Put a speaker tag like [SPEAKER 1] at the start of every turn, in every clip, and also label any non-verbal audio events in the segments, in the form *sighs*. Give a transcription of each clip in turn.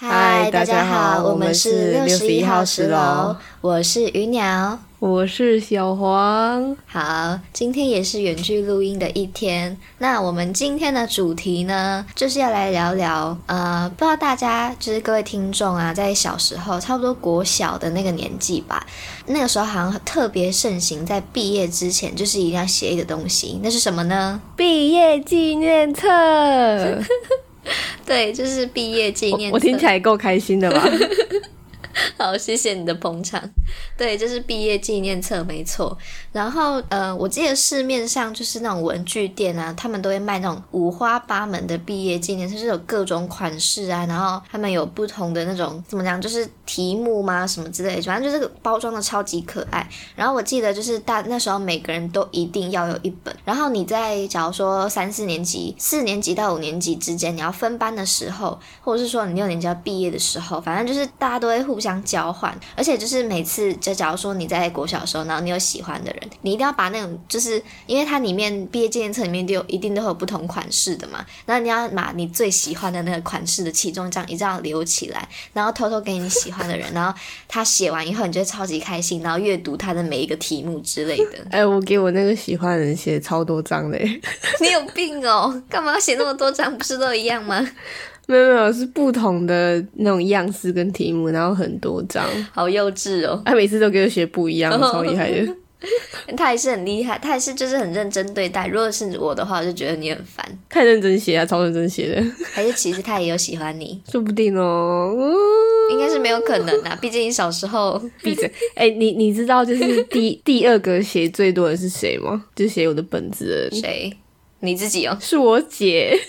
[SPEAKER 1] 嗨，大家好，我们是六十一号
[SPEAKER 2] 十
[SPEAKER 1] 十楼，我是鱼鸟。
[SPEAKER 2] 我是小黄。
[SPEAKER 1] 好，今天也是远距录音的一天。那我们今天的主题呢，就是要来聊聊，呃，不知道大家就是各位听众啊，在小时候，差不多国小的那个年纪吧，那个时候好像特别盛行，在毕业之前就是一定要写一个东西，那是什么呢？
[SPEAKER 2] 毕业纪念册，
[SPEAKER 1] 对，就是毕业纪念
[SPEAKER 2] 我我听起
[SPEAKER 1] 来
[SPEAKER 2] 来够开
[SPEAKER 1] *laughs*
[SPEAKER 2] 心的吧？
[SPEAKER 1] 好，谢谢你的捧场。对，这是毕业纪念册，没错。然后，呃，我记得市面上就是那种文具店啊，他们都会卖那种五花八门的毕业纪念册，就是有各种款式啊，然后他们有不同的那种怎么讲，就是题目嘛什么之类的，反正就是包装的超级可爱。然后我记得就是大那时候每个人都一定要有一本。然后你在假如说三四年级、四年级到五年级之间，你要分班的时候，或者是说你六年级要毕业的时候，反正就是嗯大家都会互相交换，而且就是每次就假如说你在国小的时候，然后你有喜欢的人，你一定要把那种就是因为它里面毕业纪念册里面都有一定都会有不同款式的嘛，那你要把你最喜欢的那个款式的其中一张一张留起来，然后偷偷给你喜欢的人，然后他写完以后，你就会超级开心，然后阅读他的每一个题目之类的。
[SPEAKER 2] *laughs* 哎、我给我那个喜欢的人写超多张嘞，
[SPEAKER 1] 你有病哦，干嘛要写那么多张？不是都一样
[SPEAKER 2] *laughs*
[SPEAKER 1] 吗？
[SPEAKER 2] 没有没有，是不同的那种样式跟题目，然后很多张。
[SPEAKER 1] 好幼稚哦。
[SPEAKER 2] 他、每次都给我写不一样，超厉害的。
[SPEAKER 1] 他也是很厉害，他也是就是很认真对待。如果是我的话，我就觉得你很烦。
[SPEAKER 2] 太认真写啊，超认真写的， *laughs*
[SPEAKER 1] 还是其实他也有喜欢你，
[SPEAKER 2] 说不定
[SPEAKER 1] *laughs*
[SPEAKER 2] 哦。嗯
[SPEAKER 1] 应该是没有可能啊，毕竟你小时
[SPEAKER 2] *laughs*
[SPEAKER 1] 候
[SPEAKER 2] 闭嘴！哎、你你知道就是第 *laughs* 第二个写最多的是谁吗？就写我的本子的人，
[SPEAKER 1] 谁你自己哦。
[SPEAKER 2] 是我姐， *laughs*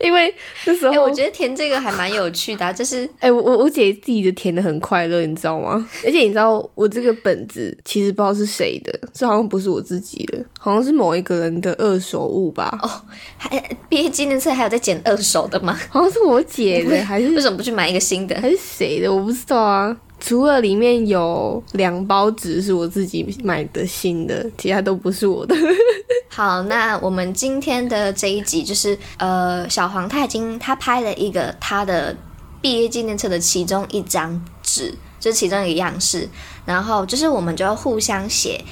[SPEAKER 2] 因为那时候，
[SPEAKER 1] 哎、
[SPEAKER 2] 哎、
[SPEAKER 1] 我觉得填这个还蛮有趣的、啊，就是
[SPEAKER 2] 我我我姐自己就填的很快乐，你知道吗？ *laughs* 而且你知道我这个本子其实不知道是谁的，这好像不是我自己的，好像是某一个人的二手物吧，
[SPEAKER 1] 哦还毕业纪念册还有在剪二手的吗？
[SPEAKER 2] 好像是我姐的还
[SPEAKER 1] 为
[SPEAKER 2] 是
[SPEAKER 1] 什么不去买一个新的？
[SPEAKER 2] 还是谁的，我不知道啊。除了里面有两包纸是我自己买的新的，其他都不是我
[SPEAKER 1] *laughs*
[SPEAKER 2] 的。
[SPEAKER 1] 好，那我们今天的这一集就是呃，小黄他已经他拍了一个他的毕业纪念册的其中一张纸，就是其中一个样式，然后就是我们就要互相写。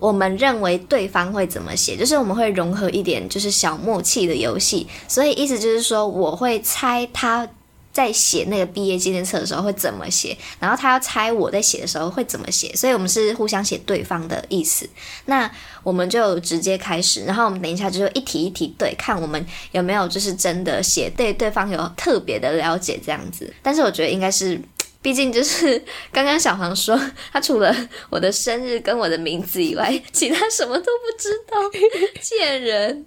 [SPEAKER 1] 我们认为对方会怎么写，就是我们会融合一点就是小默契的游戏，所以意思就是说我会猜他在写那个毕业纪念册的时候会怎么写，然后他要猜我在写的时候会怎么写，所以我们是互相写对方的意思。那我们就直接开始，然后我们等一下就一题一题对，看我们有没有就是真的写对对方有特别的了解这样子。但是我觉得应该是，毕竟就是刚刚小黄说他除了我的生日跟我的名字以外，其他什么都不知道，贱人。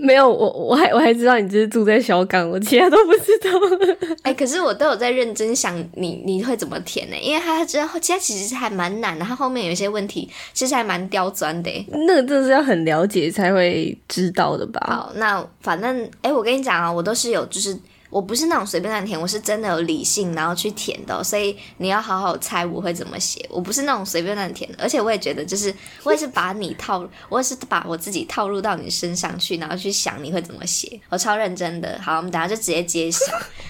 [SPEAKER 2] 没有，我我还我还知道你就是住在小港，我其他都不知道。
[SPEAKER 1] 哎、可是我都有在认真想你你会怎么填呢、因为他之后其实其实还蛮难的，他后面有一些问题其实还蛮刁钻的、欸
[SPEAKER 2] 那个真的是要很了解才会知道的吧？
[SPEAKER 1] 好，那反正哎、我跟你讲啊，我都是有，就是我不是那种随便乱填，我是真的有理性然后去填的哦、所以你要好好猜我会怎么写，我不是那种随便乱填的，而且我也觉得就是我也是把你套，我也是把我自己套入到你身上去，然后去想你会怎么写，我超认真的。好，我们等下就直接揭晓，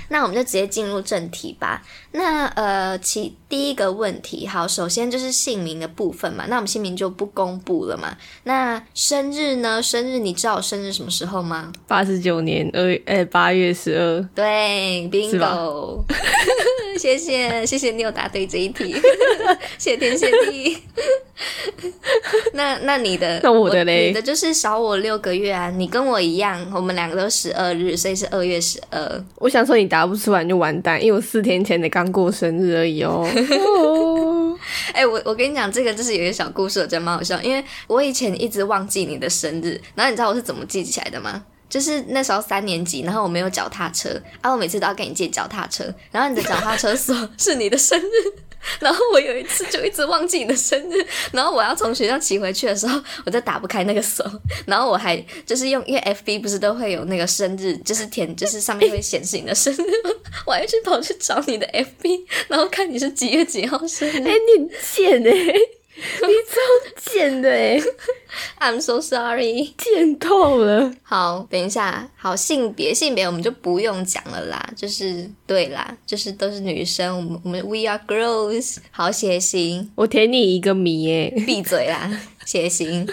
[SPEAKER 1] 那我们就直接进入正题吧。那呃，其第一个问题，好，首先就是姓名的部分嘛，那我们姓名就不公布了嘛。那生日呢？生日你知道我生日什么时候吗？
[SPEAKER 2] 八十九年二哎八月十二，
[SPEAKER 1] 对
[SPEAKER 2] 是
[SPEAKER 1] ，bingo，谢谢谢谢你有答对这一题， *laughs* 谢天谢地。 *laughs* 那那你的，
[SPEAKER 2] 那我的嘞
[SPEAKER 1] 你的就是少我六个月啊，你跟我一样，我们两个都十二日，所以是二月十二。
[SPEAKER 2] 我想说你答不出来你就完蛋，因为我四天前才刚过生日而已 *laughs* 哦。哦
[SPEAKER 1] 哎、我我跟你讲，这个就是有一个小故事，我觉得蛮好笑，因为我以前一直忘记你的生日，然后你知道我是怎么记起来的吗？就是那时候三年级，然后我没有脚踏车，啊，我每次都要跟你借脚踏车，然后你的脚踏车说是你的生日，然后我有一次就一直忘记你的生日，然后我要从学校骑回去的时候，我就打不开那个锁，然后我还就是用，因为 FB 不是都会有那个生日，就是填，就是上面会显示你的生日吗， *laughs* 我还去跑去找你的 FB，然后看你是几月几号生日
[SPEAKER 2] *laughs* 哎、。你很贱哎、超贱的哎、
[SPEAKER 1] I'm so sorry。
[SPEAKER 2] 贱透了。
[SPEAKER 1] 好，等一下，好性别性别我们就不用讲了啦，就是对啦，就是都是女生，我们我们 We are girls。好，血型，
[SPEAKER 2] 我填你一个谜哎、欸，
[SPEAKER 1] 闭嘴啦， *laughs* 血型，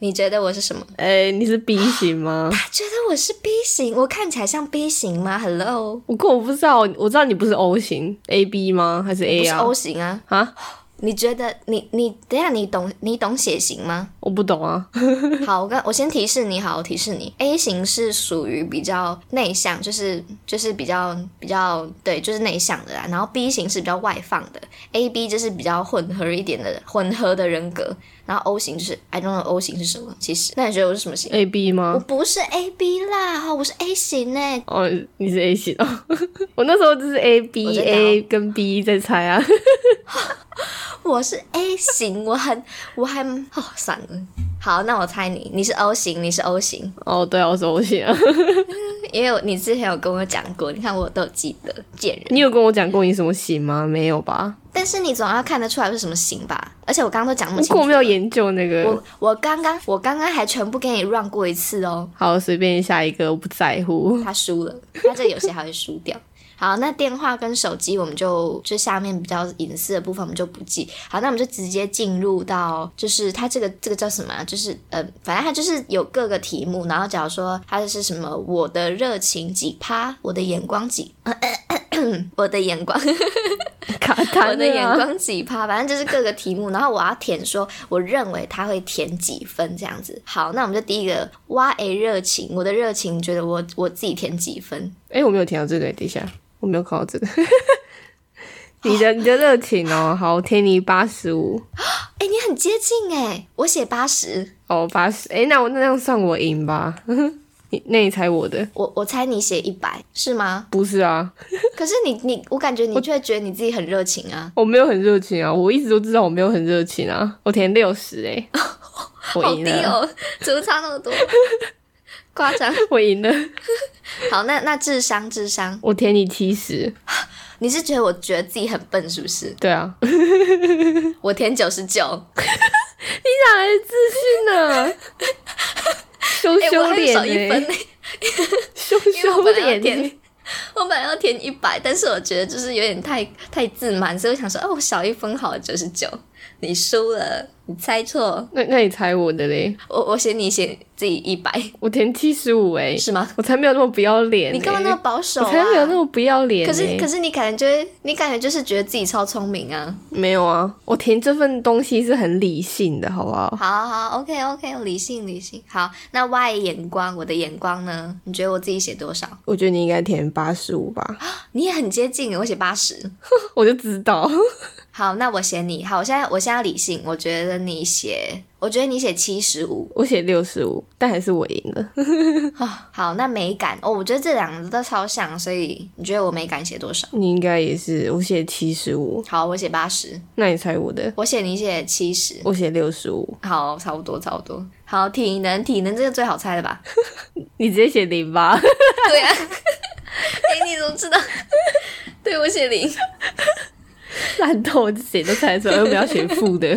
[SPEAKER 1] 你觉得我是什么？
[SPEAKER 2] 哎、你是 B 型吗？
[SPEAKER 1] 他觉得我是 B 型，我看起来像 B 型吗？Hello，
[SPEAKER 2] *sighs* 我跟我不知道，我知道你不是 O 型，A B 吗？还是 A
[SPEAKER 1] 不是
[SPEAKER 2] 啊？
[SPEAKER 1] O 型啊。
[SPEAKER 2] 啊，
[SPEAKER 1] 你觉得你你等一下你懂你懂血型吗？
[SPEAKER 2] 我不懂啊。
[SPEAKER 1] 好，我跟我先提示你，好，我提示你，A 型是属于比较内向，就是就是比较比较对，就是内向的啦。然后 B 型是比较外放的，A B 就是比较混合一点的混合的人格。然后 O 型就是 I don't know O 型是什么，其实那你觉得我是什么型？
[SPEAKER 2] A B *laughs*
[SPEAKER 1] 我
[SPEAKER 2] 吗？
[SPEAKER 1] 不是 A B 啦，哦哈，我是 A 型欸呢、
[SPEAKER 2] 哦，你是 A 型哦。 *laughs* 我那时候就是 A
[SPEAKER 1] 我
[SPEAKER 2] B
[SPEAKER 1] 在哦
[SPEAKER 2] A 跟 B 在猜啊。
[SPEAKER 1] 我是 A 型，我很我还哦算了。好，那我猜你，你是 O 型，你是 O 型。
[SPEAKER 2] 哦，对啊，我是 O 型啊。 *laughs*
[SPEAKER 1] 也有你之前有跟我讲过，你看我都有记得贱人，
[SPEAKER 2] 你有跟我讲过你什么型吗？没有吧？
[SPEAKER 1] 但是你总要看得出来是什么型吧？而且我刚刚都讲那么
[SPEAKER 2] 我
[SPEAKER 1] 清
[SPEAKER 2] 我
[SPEAKER 1] 楚
[SPEAKER 2] 没，有研究那个
[SPEAKER 1] 我。我刚刚我刚刚还全部给你 run 过一次哦，
[SPEAKER 2] 好，随便下一个，我不在乎。 *laughs*
[SPEAKER 1] 他输了，他这个有些还会输掉。好，那电话跟手机我们就就下面比较隐私的部分我们就不记。好，那我们就直接进入到就是它这个这个叫什么、啊？就是呃，反正它就是有各个题目，然后假如说它是什么，我的热情几趴，我的眼光几， *coughs* 我的眼光。
[SPEAKER 2] 卡痰
[SPEAKER 1] 我的眼
[SPEAKER 2] *laughs* 了啊。
[SPEAKER 1] 光几趴，反正就是各个题目，然后我要填说我认为他会填几分这样子。好，那我们就第一个挖诶热情，我的热情，你觉得我我自己填几分？
[SPEAKER 2] 哎、我没有填到这个，等一下，我没有考到这个。 *laughs* 你的你的热情哦，好，我填你八十五
[SPEAKER 1] 哎、你很接近哎、我写八十，
[SPEAKER 2] 哦，八十哎，那我那样算我赢吧？ *laughs* 你那你猜我的
[SPEAKER 1] 我我猜你写一百是吗？
[SPEAKER 2] 不是啊？
[SPEAKER 1] 可是你你我感觉你就会觉得你自己很热情啊，
[SPEAKER 2] 我没有很热情啊，我一直都知道我没有很热情啊，我填六
[SPEAKER 1] *laughs*
[SPEAKER 2] 十哎，我
[SPEAKER 1] 好
[SPEAKER 2] 赢
[SPEAKER 1] 低
[SPEAKER 2] 了，
[SPEAKER 1] 哦，怎么差那么多？夸张。
[SPEAKER 2] *laughs* 我赢了，
[SPEAKER 1] 好，那那智商智商，
[SPEAKER 2] 我填你七十，
[SPEAKER 1] 你是觉得我觉得自己很笨是不是？
[SPEAKER 2] 对啊，
[SPEAKER 1] 我填九十九，
[SPEAKER 2] 哪来的自信呢、
[SPEAKER 1] *laughs*
[SPEAKER 2] 羞
[SPEAKER 1] 哎，我
[SPEAKER 2] 羞
[SPEAKER 1] 还有
[SPEAKER 2] 脸
[SPEAKER 1] 少一
[SPEAKER 2] 哎、
[SPEAKER 1] 分呢、
[SPEAKER 2] 羞
[SPEAKER 1] 因为
[SPEAKER 2] 羞
[SPEAKER 1] 我本来要
[SPEAKER 2] 脸
[SPEAKER 1] 填
[SPEAKER 2] 欸，
[SPEAKER 1] 我本来要填一百，但是我觉得就是有点太太自满，所以我想说，哦，我少一分好了，九十九，你输了，你猜错，
[SPEAKER 2] 那那你猜我的嘞？
[SPEAKER 1] 我我写你写自己一百
[SPEAKER 2] 我填七十五哎，
[SPEAKER 1] 是吗？
[SPEAKER 2] 我才没有那么不要脸、
[SPEAKER 1] *laughs*
[SPEAKER 2] 欸，
[SPEAKER 1] 你干嘛那么保守
[SPEAKER 2] 我
[SPEAKER 1] 啊？
[SPEAKER 2] 才没有那么不要脸、欸
[SPEAKER 1] 可是可
[SPEAKER 2] 是
[SPEAKER 1] 是你感觉就是你感觉就是觉得自己超聪明啊！
[SPEAKER 2] 没有啊，我填这份东西是很理性的，好不好？
[SPEAKER 1] 好好，OK OK，理性理性。好，那 Y 眼光，我的眼光呢？你觉得我自己写多少？
[SPEAKER 2] 我觉得你应该填八十五吧，
[SPEAKER 1] 你也很接近，我写八十。
[SPEAKER 2] 我就知道。 *laughs*
[SPEAKER 1] 好，那我写你。好，我现在我现在要理性，我觉得你写，我觉得你写七十五。
[SPEAKER 2] 我写六十五，但还是我赢了。
[SPEAKER 1] 好，那美感哦，我觉得这两个都超像，所以你觉得我美感写多少？
[SPEAKER 2] 你应该也是，我写七十五，
[SPEAKER 1] 好，我写八十，
[SPEAKER 2] 那你猜我的？
[SPEAKER 1] 我写你写七十，
[SPEAKER 2] 我写六十五，
[SPEAKER 1] 好，差不多，差不多。好，体能，体能这个最好猜了吧？
[SPEAKER 2] 你直接写零吧。 *laughs*
[SPEAKER 1] 对啊，哎、你怎么知道？ *laughs* 对我写零，
[SPEAKER 2] 烂透，我谁都猜得出来，又不要选负的。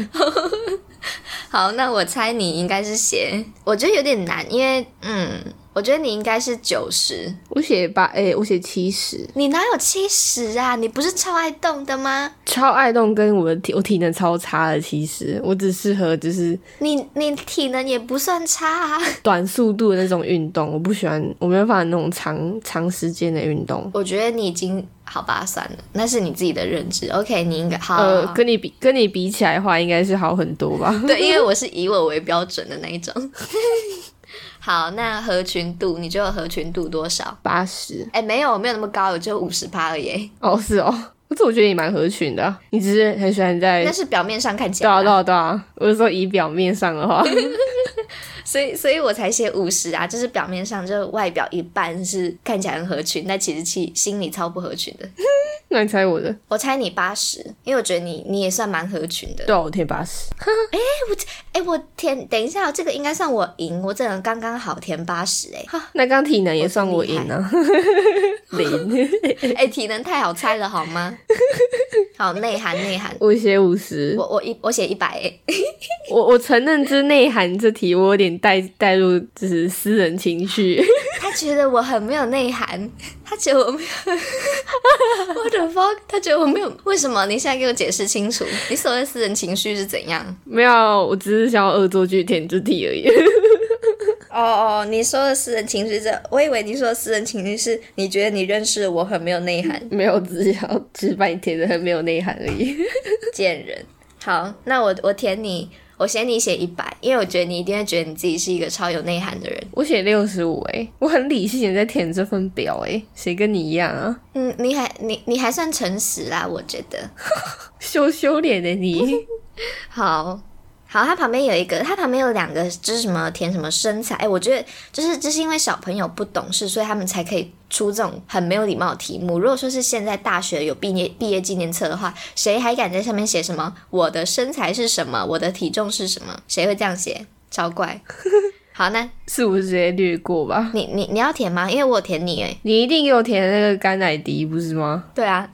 [SPEAKER 1] 好，那我猜你应该是写，我觉得有点难，因为嗯，我觉得你应该是九十，
[SPEAKER 2] 我写八，哎、我写七十，
[SPEAKER 1] 你哪有七十啊？你不是超爱动的吗？
[SPEAKER 2] 超爱动跟我的体，我体能超差的，其实我只适合就是
[SPEAKER 1] 你你体能也不算差啊。
[SPEAKER 2] 短速度的那种运动，我不喜欢，我没办法那种长长时间的运动。
[SPEAKER 1] 我觉得你已经好吧，算了，那是你自己的认知。OK，你应该好。
[SPEAKER 2] 呃，
[SPEAKER 1] 好？
[SPEAKER 2] 跟你比跟你比起来的话，应该是好很多吧
[SPEAKER 1] 对，因为我是以我为标准的那一种。 *laughs* 好，那合群度，你觉得我合群度多少？
[SPEAKER 2] 八十
[SPEAKER 1] 哎，没有，没有那么高，我只有五十趴而已。
[SPEAKER 2] 哦，是哦，这我觉得也蛮合群的啊、你只是很喜欢在
[SPEAKER 1] 那是表面上看起
[SPEAKER 2] 对
[SPEAKER 1] 来
[SPEAKER 2] 啊
[SPEAKER 1] 啊，
[SPEAKER 2] 对啊对啊，我是说以表面上的 *laughs* 话，啊
[SPEAKER 1] 所以所以我才写五十啊，就是表面上就是外表一半是看起来很合群，但其实其心里超不合群的。
[SPEAKER 2] 那你猜我的？
[SPEAKER 1] 我猜你八十，因为我觉得你你也算蛮合群的。
[SPEAKER 2] 对啊，我填八十。
[SPEAKER 1] 哎，我填，等一下，这个应该算我赢，我这人刚刚好填八十哎。
[SPEAKER 2] 那刚体能也算我赢啊，零。
[SPEAKER 1] *laughs* 哎、体能太好猜了好吗？好内涵内涵。
[SPEAKER 2] *laughs* 我写五十，
[SPEAKER 1] 我我一我写一百欸，
[SPEAKER 2] 我我承认这内涵这题我有点带带入就是私人情绪， *laughs*
[SPEAKER 1] 他觉得我很没有内涵，他觉得我没有，what the fuck？他觉得我没有，为什么？你现在给我解释清楚，你所谓私人情绪是怎样？
[SPEAKER 2] 没有，我只是想要恶作剧填这题而已。
[SPEAKER 1] 哦哦，你说的私人情绪是这，我以为你说的私人情绪是你觉得你认识的我很没有内涵，
[SPEAKER 2] *laughs* 没有，只是想要只是把你填的很没有内涵而已。
[SPEAKER 1] 贱人。好，那我我填你，我写你写一百，因为我觉得你一定会觉得你自己是一个超有内涵的人。
[SPEAKER 2] 我写六十五哎，我很理性的在填这份表哎、谁跟你一样啊？
[SPEAKER 1] 嗯，你还你你还算诚实啦，我觉得。
[SPEAKER 2] 羞羞脸的 *laughs* 你，
[SPEAKER 1] 好。好，它旁边有一个，它旁边有两个，就是什么填什么身材，哎，我觉得就是就是因为小朋友不懂事，所以他们才可以出这种很没有礼貌的题目。如果说是现在大学有毕业毕业纪念册的话，谁还敢在上面写什么我的身材是什么，我的体重是什么？谁会这样写？超怪。 *laughs* 好，那
[SPEAKER 2] 是不是直接略过吧？
[SPEAKER 1] 你你你要填吗？因为我有填你哎。
[SPEAKER 2] 你一定给我填那个甘乃迪不是吗？
[SPEAKER 1] 对啊，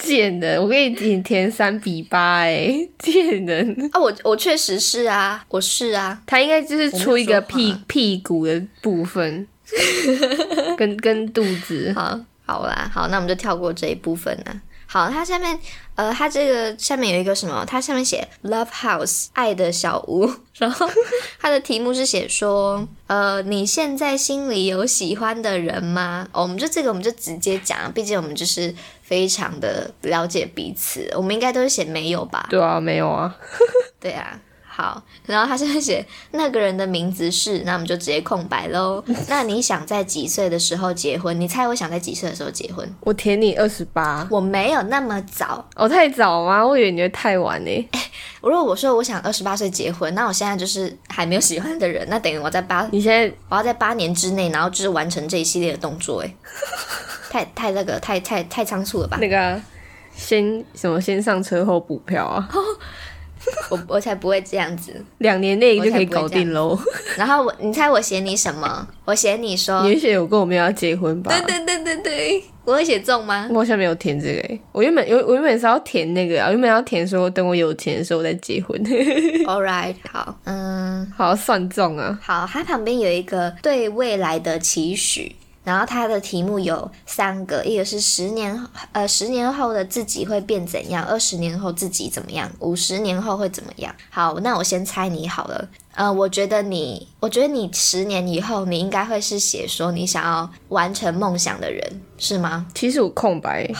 [SPEAKER 2] 贱人，我给你填填三比八哎、 *laughs* 贱人，
[SPEAKER 1] 啊我我确实是啊，我是啊。
[SPEAKER 2] 他应该就是出一个
[SPEAKER 1] 我没有
[SPEAKER 2] 屁
[SPEAKER 1] 说话
[SPEAKER 2] 屁股的
[SPEAKER 1] *laughs*
[SPEAKER 2] 部分，跟跟肚子。
[SPEAKER 1] 好，好啦，好，那我们就跳过这一部分啦。好，它下面，呃，它这个下面有一个什么？它下面写 Love House 爱的小屋， *laughs* 然后它的题目是写说，呃，你现在心里有喜欢的人吗？哦，我们就这个我们就直接讲，毕竟我们就是非常的了解彼此，我们应该都是写没有吧？
[SPEAKER 2] 对啊，没有啊，
[SPEAKER 1] 对啊，好，然后他现在写那个人的名字是，那我们就直接空白喽。那你想在几岁的时候结婚？你猜我想在几岁的时候结婚？
[SPEAKER 2] 我填你二十八，
[SPEAKER 1] 我没有那么早。
[SPEAKER 2] 哦，太早吗？我以为你会太晚欸呢、
[SPEAKER 1] 如果我说我想二十八岁结婚，那我现在就是还没有喜欢的人，那等于我在八，
[SPEAKER 2] 你现在
[SPEAKER 1] 我要在八年之内，然后就是完成这一系列的动作， *laughs* 哎，太太那个太太太仓促了吧？
[SPEAKER 2] 那个啊先什么先上车后补票啊，
[SPEAKER 1] 哦我我才不会这样子。
[SPEAKER 2] 两年内就可以搞定喽。
[SPEAKER 1] 然后我，你猜我写你什么？我写你说，
[SPEAKER 2] 你也写有跟我们要结婚吧？
[SPEAKER 1] 哦对对对对对，我会写中 *laughs* 吗？
[SPEAKER 2] 我好像没有填这个、欸，我原本我我原本是要填那个啊，我原本要填说等我有钱的时候再结婚， *laughs*
[SPEAKER 1] All right，好，嗯，
[SPEAKER 2] 好算中啊。
[SPEAKER 1] 好，它旁边有一个对未来的期许，然后它的题目有三个，一个是十年，呃，十年后的自己会变怎样，二十年后自己怎么样，五十年后会怎么样？好，那我先猜你好了。呃，我觉得你，我觉得你十年以后，你应该会是写说你想要完成梦想的人，是吗？
[SPEAKER 2] 其实我空白、欸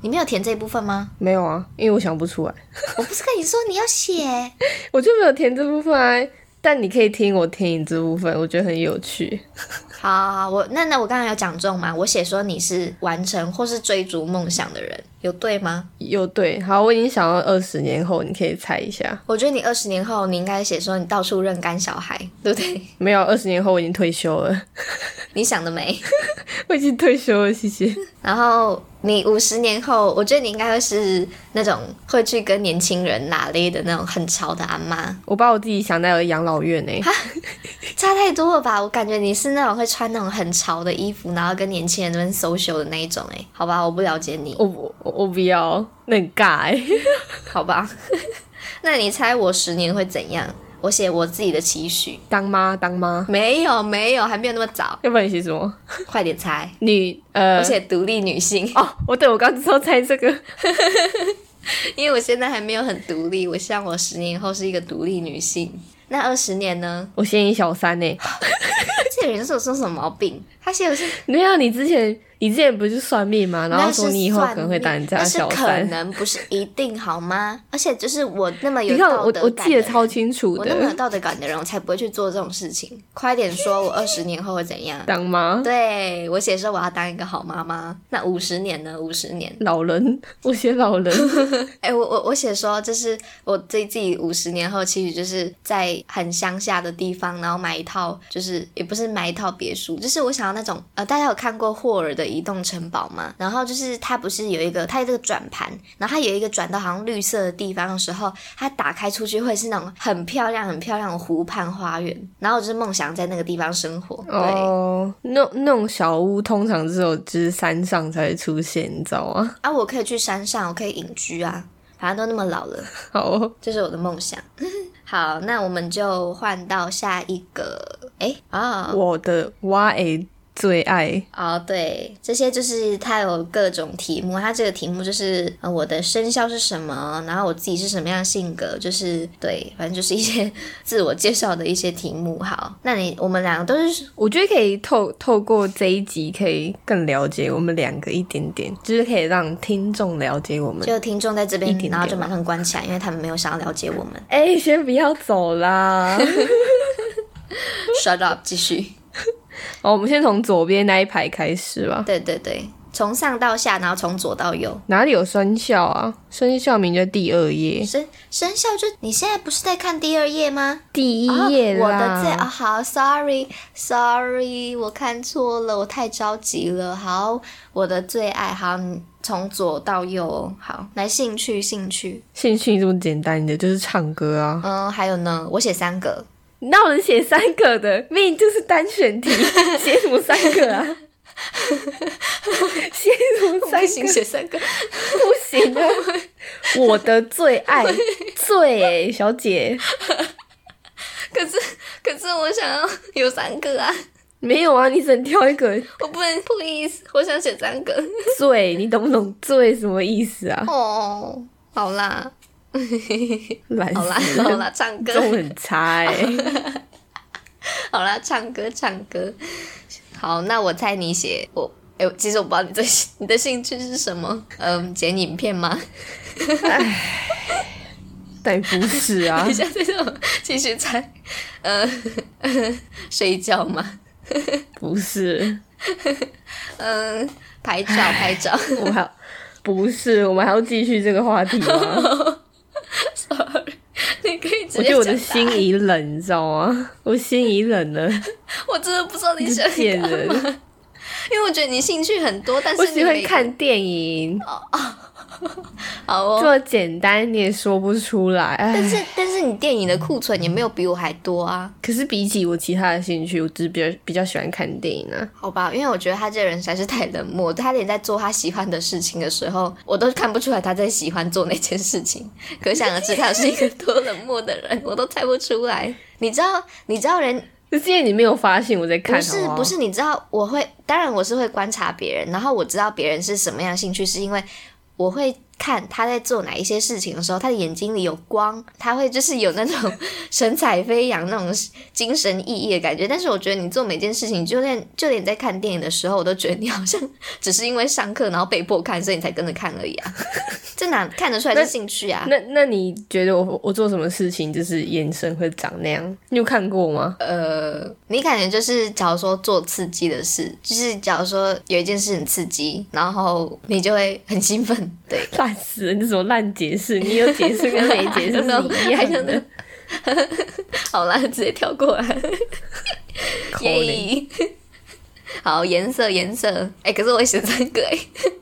[SPEAKER 1] 你没有填这一部分吗？ *laughs*
[SPEAKER 2] 没有啊，因为我想不出来，
[SPEAKER 1] 我不是跟你说你要写，
[SPEAKER 2] 我就没有填这部分啊。但你可以听我填你这部分，我觉得很有趣。
[SPEAKER 1] 好好，好我那那我刚刚有讲中吗？我写说你是完成或是追逐梦想的人，有对吗？
[SPEAKER 2] 又对，好，我已经想到二十年后，你可以猜一下。
[SPEAKER 1] 我觉得你二十年后，你应该写说你到处认干小孩，对不对？ *laughs*
[SPEAKER 2] 没有，二十年后我已经退休了， *laughs*
[SPEAKER 1] 你想得美。
[SPEAKER 2] 我已经退休了，谢谢。
[SPEAKER 1] 然后你五十年后，我觉得你应该会是那种会去跟年轻人拉勒的那种很潮的阿妈，
[SPEAKER 2] 我把我自己想在了养老院呢、欸
[SPEAKER 1] 差太多了吧？我感觉你是那种会穿那种很潮的衣服，然后跟年轻人那边 social 的那一种、欸，哎，好吧，我不了解你。
[SPEAKER 2] *laughs* 我我我不要，那很尬哎、
[SPEAKER 1] 好吧， *laughs* 那你猜我十年会怎样？我写我自己的期许，
[SPEAKER 2] 当妈当妈，
[SPEAKER 1] 没有没有，还没有那么早，
[SPEAKER 2] 要不然你写什么？
[SPEAKER 1] 快点猜。
[SPEAKER 2] 你呃
[SPEAKER 1] 我，写独立女性，
[SPEAKER 2] 哦，我对我刚知道猜这个，
[SPEAKER 1] 因为我现在还没有很独立，我希望我十年后是一个独立女性。那二十年呢？
[SPEAKER 2] 我写你小三呢、 *laughs* 欸。
[SPEAKER 1] 这个人是有什么毛病？他写我是
[SPEAKER 2] 对啊，你之前你之前不是算命吗？ *laughs* 然后说你以后可能会当人 *laughs* 家
[SPEAKER 1] 那
[SPEAKER 2] 的
[SPEAKER 1] 是
[SPEAKER 2] 小
[SPEAKER 1] 可
[SPEAKER 2] 三。
[SPEAKER 1] 能不是一定好吗？而且就是我那么有
[SPEAKER 2] 你看
[SPEAKER 1] 道
[SPEAKER 2] 我
[SPEAKER 1] 德
[SPEAKER 2] 我
[SPEAKER 1] 感
[SPEAKER 2] 记得
[SPEAKER 1] 的人
[SPEAKER 2] 超清楚
[SPEAKER 1] 我那么有
[SPEAKER 2] 的，
[SPEAKER 1] 道德感的人，我才不会去做这种事情。快点说，我二十年后会怎样？
[SPEAKER 2] 当妈
[SPEAKER 1] 对我写说我要当一个好妈妈，那五十年呢？五十年，
[SPEAKER 2] 老人，我写老 *laughs* 人，
[SPEAKER 1] 哎、我我我写说，就是我对自己五十年后期许，就是在很乡下的地方，然后买一套，就是也不是买一套别墅，就是我想要那种呃，大家有看过霍尔的移动城堡吗？然后就是它不是有一个，它有这个转盘，然后它有一个转到好像绿色的地方的时候，它打开出去会是那种很漂亮、很漂亮的湖畔花园。然后我就是梦想在那个地方生活。对，
[SPEAKER 2] 哦，那那种小屋通常只有就是山上才会出现，你知道吗？ *laughs*
[SPEAKER 1] 啊，我可以去山上，我可以隐居啊，反正都那么老了。
[SPEAKER 2] 好哦，
[SPEAKER 1] 这是我的梦想。 *laughs* 好，那我们就换到下一个。哎，哦
[SPEAKER 2] 我的蛙诶最爱，
[SPEAKER 1] 哦，对，这些就是它有各种题目，它这个题目就是呃我的生肖是什么，然后我自己是什么样的性格，就是对，反正就是一些 *laughs* 自我介绍的一些题目。好，那你我们两个都是
[SPEAKER 2] 我觉得可以透透过这一集可以更了解我们两个一点点，就是可以让听众了解我们。
[SPEAKER 1] 就听众在这边，
[SPEAKER 2] 一点点
[SPEAKER 1] 然后就马上关起来，因为他们没有想要了解我们。 *laughs*
[SPEAKER 2] 哎、先不要走啦！ *laughs*
[SPEAKER 1] Shut up，继续。
[SPEAKER 2] 哦，我们先从左边那一排开始吧。
[SPEAKER 1] 对对对，从上到下，然后从左到右。
[SPEAKER 2] 哪里有生肖啊？生肖名在第二页，
[SPEAKER 1] 生生肖就你现在不是在看第二页吗？
[SPEAKER 2] 第一页
[SPEAKER 1] 哦、我
[SPEAKER 2] 啦。
[SPEAKER 1] 的最啊、好，sorry sorry，我看错了，我太着急了。好，我的最爱，好，你从左到右哦，好，来兴趣兴趣，
[SPEAKER 2] 兴趣这么简单的就是唱歌啊。
[SPEAKER 1] 嗯，还有呢，我写三个，
[SPEAKER 2] 那我写三个的，命就是单选题，写什么三个啊？写什么三个？
[SPEAKER 1] 写三个， *laughs*
[SPEAKER 2] 不行啊！我的最爱，最欸小姐
[SPEAKER 1] 可是可是我想要有三个啊，
[SPEAKER 2] 没有啊，你只能挑一个
[SPEAKER 1] 我不能不意思，我想写三个，
[SPEAKER 2] 最，你懂不懂最什么意思啊？
[SPEAKER 1] 哦，好啦
[SPEAKER 2] 懒
[SPEAKER 1] 好
[SPEAKER 2] *laughs*
[SPEAKER 1] 啦
[SPEAKER 2] 死了
[SPEAKER 1] 好啦，唱歌
[SPEAKER 2] 中文很差哎、
[SPEAKER 1] 欸
[SPEAKER 2] *laughs*
[SPEAKER 1] *laughs* 好啦，唱歌唱歌。好，那我猜你写我，哎、其实我不知道你最 *laughs* 你的兴趣是什么。嗯，剪影片吗？ *laughs*
[SPEAKER 2] 但不是
[SPEAKER 1] *laughs*
[SPEAKER 2] 啊
[SPEAKER 1] 等一，下再让我继续猜。呃， *laughs* 睡觉吗？
[SPEAKER 2] 不是，
[SPEAKER 1] 嗯、拍照拍照。 *laughs*
[SPEAKER 2] 我们还要不是，我们还要继续这个话题吗？
[SPEAKER 1] Sorry，你可以 *laughs* 直
[SPEAKER 2] 我
[SPEAKER 1] 接
[SPEAKER 2] 觉
[SPEAKER 1] 讲
[SPEAKER 2] 得我
[SPEAKER 1] 答案。
[SPEAKER 2] 的心已冷，你知道吗？我心已冷了，
[SPEAKER 1] 我真的不知道你
[SPEAKER 2] 你
[SPEAKER 1] 想
[SPEAKER 2] 是贱
[SPEAKER 1] 干
[SPEAKER 2] 人
[SPEAKER 1] 嘛，。 *laughs* 因为我觉得你兴趣很多，但
[SPEAKER 2] 我
[SPEAKER 1] 是你
[SPEAKER 2] 喜欢
[SPEAKER 1] 每个
[SPEAKER 2] 看电影，
[SPEAKER 1] 哦好
[SPEAKER 2] 这 *laughs*
[SPEAKER 1] 哦。
[SPEAKER 2] 么简单你也说不出来。唉
[SPEAKER 1] 但是 *laughs* 但是你电影的库存也没有比我还多啊，
[SPEAKER 2] 可是比起我其他的兴趣，我只是比较比较喜欢看电影啊。
[SPEAKER 1] *laughs* 好吧，因为我觉得他这个人实在是太冷漠，他连在做他喜欢的事情的时候，我都看不出来他在喜欢做那件事情。可想而知，他是一个多冷漠的人，我都猜不出来。你知道，你知道人
[SPEAKER 2] 那是因为你没有发现我在看，
[SPEAKER 1] 不是
[SPEAKER 2] 好好
[SPEAKER 1] 不是，你知道我会，当然我是会观察别人，然后我知道别人是什么样的兴趣，是因为我会看他在做哪一些事情的时候，他的眼睛里有光，他会就是有那种神采飞扬、那种精神奕奕的感觉。但是我觉得你做每件事情，就连就连在看电影的时候，我都觉得你好像只是因为上课然后被迫看，所以你才跟着看而已啊，这哪看得出来是兴趣啊？
[SPEAKER 2] 那那你觉得我我做什么事情就是眼神会长那样？你有看过吗？
[SPEAKER 1] 呃，你感觉就是，假如说做刺激的事，就是假如说有一件事很刺激，然后你就会很兴奋，对，
[SPEAKER 2] 烂死了！你这什么烂解释？你有解释跟没
[SPEAKER 1] *laughs*
[SPEAKER 2] 解释
[SPEAKER 1] I don't know，
[SPEAKER 2] 是一
[SPEAKER 1] I
[SPEAKER 2] 样
[SPEAKER 1] don't
[SPEAKER 2] 的
[SPEAKER 1] know。好啦，直接跳 *laughs* 过来，
[SPEAKER 2] 可怜
[SPEAKER 1] 耶。 *laughs* 好，颜色颜色，哎、可是我写三个哎、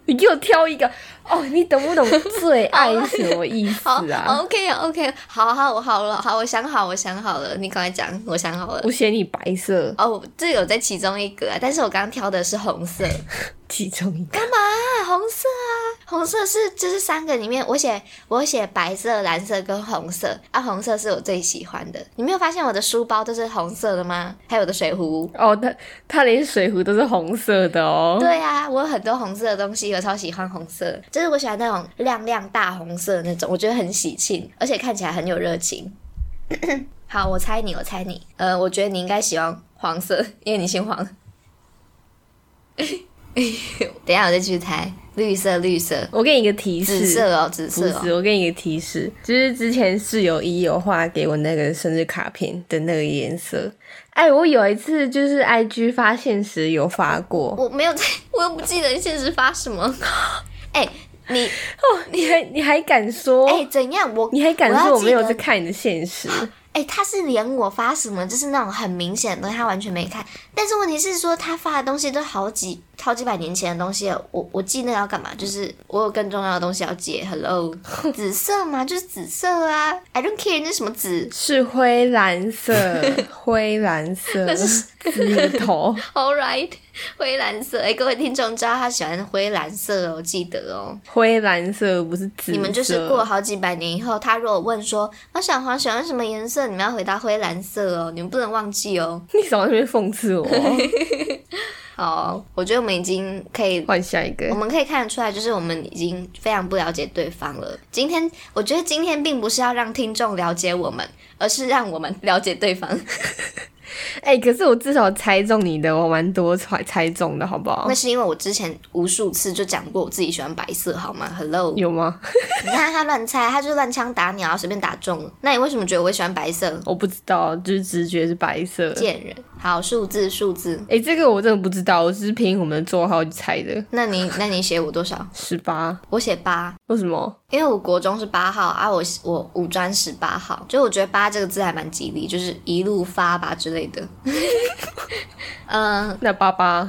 [SPEAKER 2] 你给我挑一个哦！你懂不懂最爱是什么意思
[SPEAKER 1] *laughs* 好、
[SPEAKER 2] 啊？
[SPEAKER 1] o k OK，好好我好了，好，我想好，我想好了，你赶快讲，我想好了
[SPEAKER 2] 我。写你白色，
[SPEAKER 1] 哦，这有在其中一个啊，但是我刚刚挑的是红色。
[SPEAKER 2] 其中一个。
[SPEAKER 1] 啊，红色啊，红色是就是三个里面，我写我写白色、蓝色跟红色啊，红色是我最喜欢的。你没有发现我的书包都是红色的吗？还有我的水壶。
[SPEAKER 2] 哦，它它连水壶都是红色的哦。
[SPEAKER 1] 对啊，我有很多红色的东西，我超喜欢红色，就是我喜欢那种亮亮大红色的那种，我觉得很喜庆，而且看起来很有热情。 *coughs* 好，我猜你，我猜你，呃，我觉得你应该喜欢黄色，因为你姓黄。 *laughs* 等一下我再继续猜，绿色，绿色，
[SPEAKER 2] 我给你一个提示，
[SPEAKER 1] 紫色哦，紫
[SPEAKER 2] 不
[SPEAKER 1] 色哦。
[SPEAKER 2] 是，我给你一个提示，就是之前室友一有画给我那个生日卡片的那个颜色。哎，我有一次就是 I G 发现时有发过，
[SPEAKER 1] 我没有在， *laughs* 我又不记得你现实发什
[SPEAKER 2] *laughs*
[SPEAKER 1] 么。哎、你
[SPEAKER 2] 你还你还敢说？
[SPEAKER 1] 哎、怎样？我
[SPEAKER 2] 哦你还敢
[SPEAKER 1] 我要
[SPEAKER 2] 说我
[SPEAKER 1] 记
[SPEAKER 2] 没有
[SPEAKER 1] 得
[SPEAKER 2] 在看你的现实？
[SPEAKER 1] 哎、哎、他是连我发什么，就是那种很明显的东西，他完全没看。但是问题是说，他发的东西都好几好几百年前的东西了，我我记那要干嘛？就是我有更重要的东西要记。Hello，紫
[SPEAKER 2] *laughs*
[SPEAKER 1] 色嘛，就是紫色啊，I don't care 那是什么紫，
[SPEAKER 2] *laughs* 是灰蓝 *laughs* 色，灰蓝色，
[SPEAKER 1] 那是
[SPEAKER 2] 紫的 *laughs* 头。
[SPEAKER 1] All right，灰蓝色。哎、各位听众知道他喜欢灰蓝色哦，记得哦。
[SPEAKER 2] 灰蓝色不是紫色，
[SPEAKER 1] 你们就是过好几百年以后，他如果问说我小黄喜欢什么颜色，你们要回答灰蓝色哦，你们不能忘记哦。
[SPEAKER 2] 你少在那边讽刺 *laughs* 我，
[SPEAKER 1] 好，我觉得我们已经可以。
[SPEAKER 2] 换下一个
[SPEAKER 1] 我。们可以看得出来，就是我们已经非常不了解对方了。今天，我觉得今天并不是要让听众了解我们，而是让我们了解对方。
[SPEAKER 2] 哎、可是我至少猜中你的，我蛮多猜猜中的，好不好
[SPEAKER 1] 那？是因为我之前无数次就讲过我自己喜欢白色，好吗？Hello，
[SPEAKER 2] 有吗？
[SPEAKER 1] 你看他乱猜，他就是乱枪打鸟，随便打中了。那你为什么觉得我会喜欢白色？
[SPEAKER 2] 我不知道，就是直觉是白色。
[SPEAKER 1] 贱人！好，数字数字，
[SPEAKER 2] 哎、这个我真的不知道，我只是凭我们的座号去猜的。
[SPEAKER 1] 那你那你写我多少？
[SPEAKER 2] 十八？
[SPEAKER 1] 我写八，
[SPEAKER 2] 为什么？
[SPEAKER 1] 因为我国中是八号啊我，我五专十八号，就我觉得八这个字还蛮吉利，就是一路发吧之类的。嗯、
[SPEAKER 2] 那八八？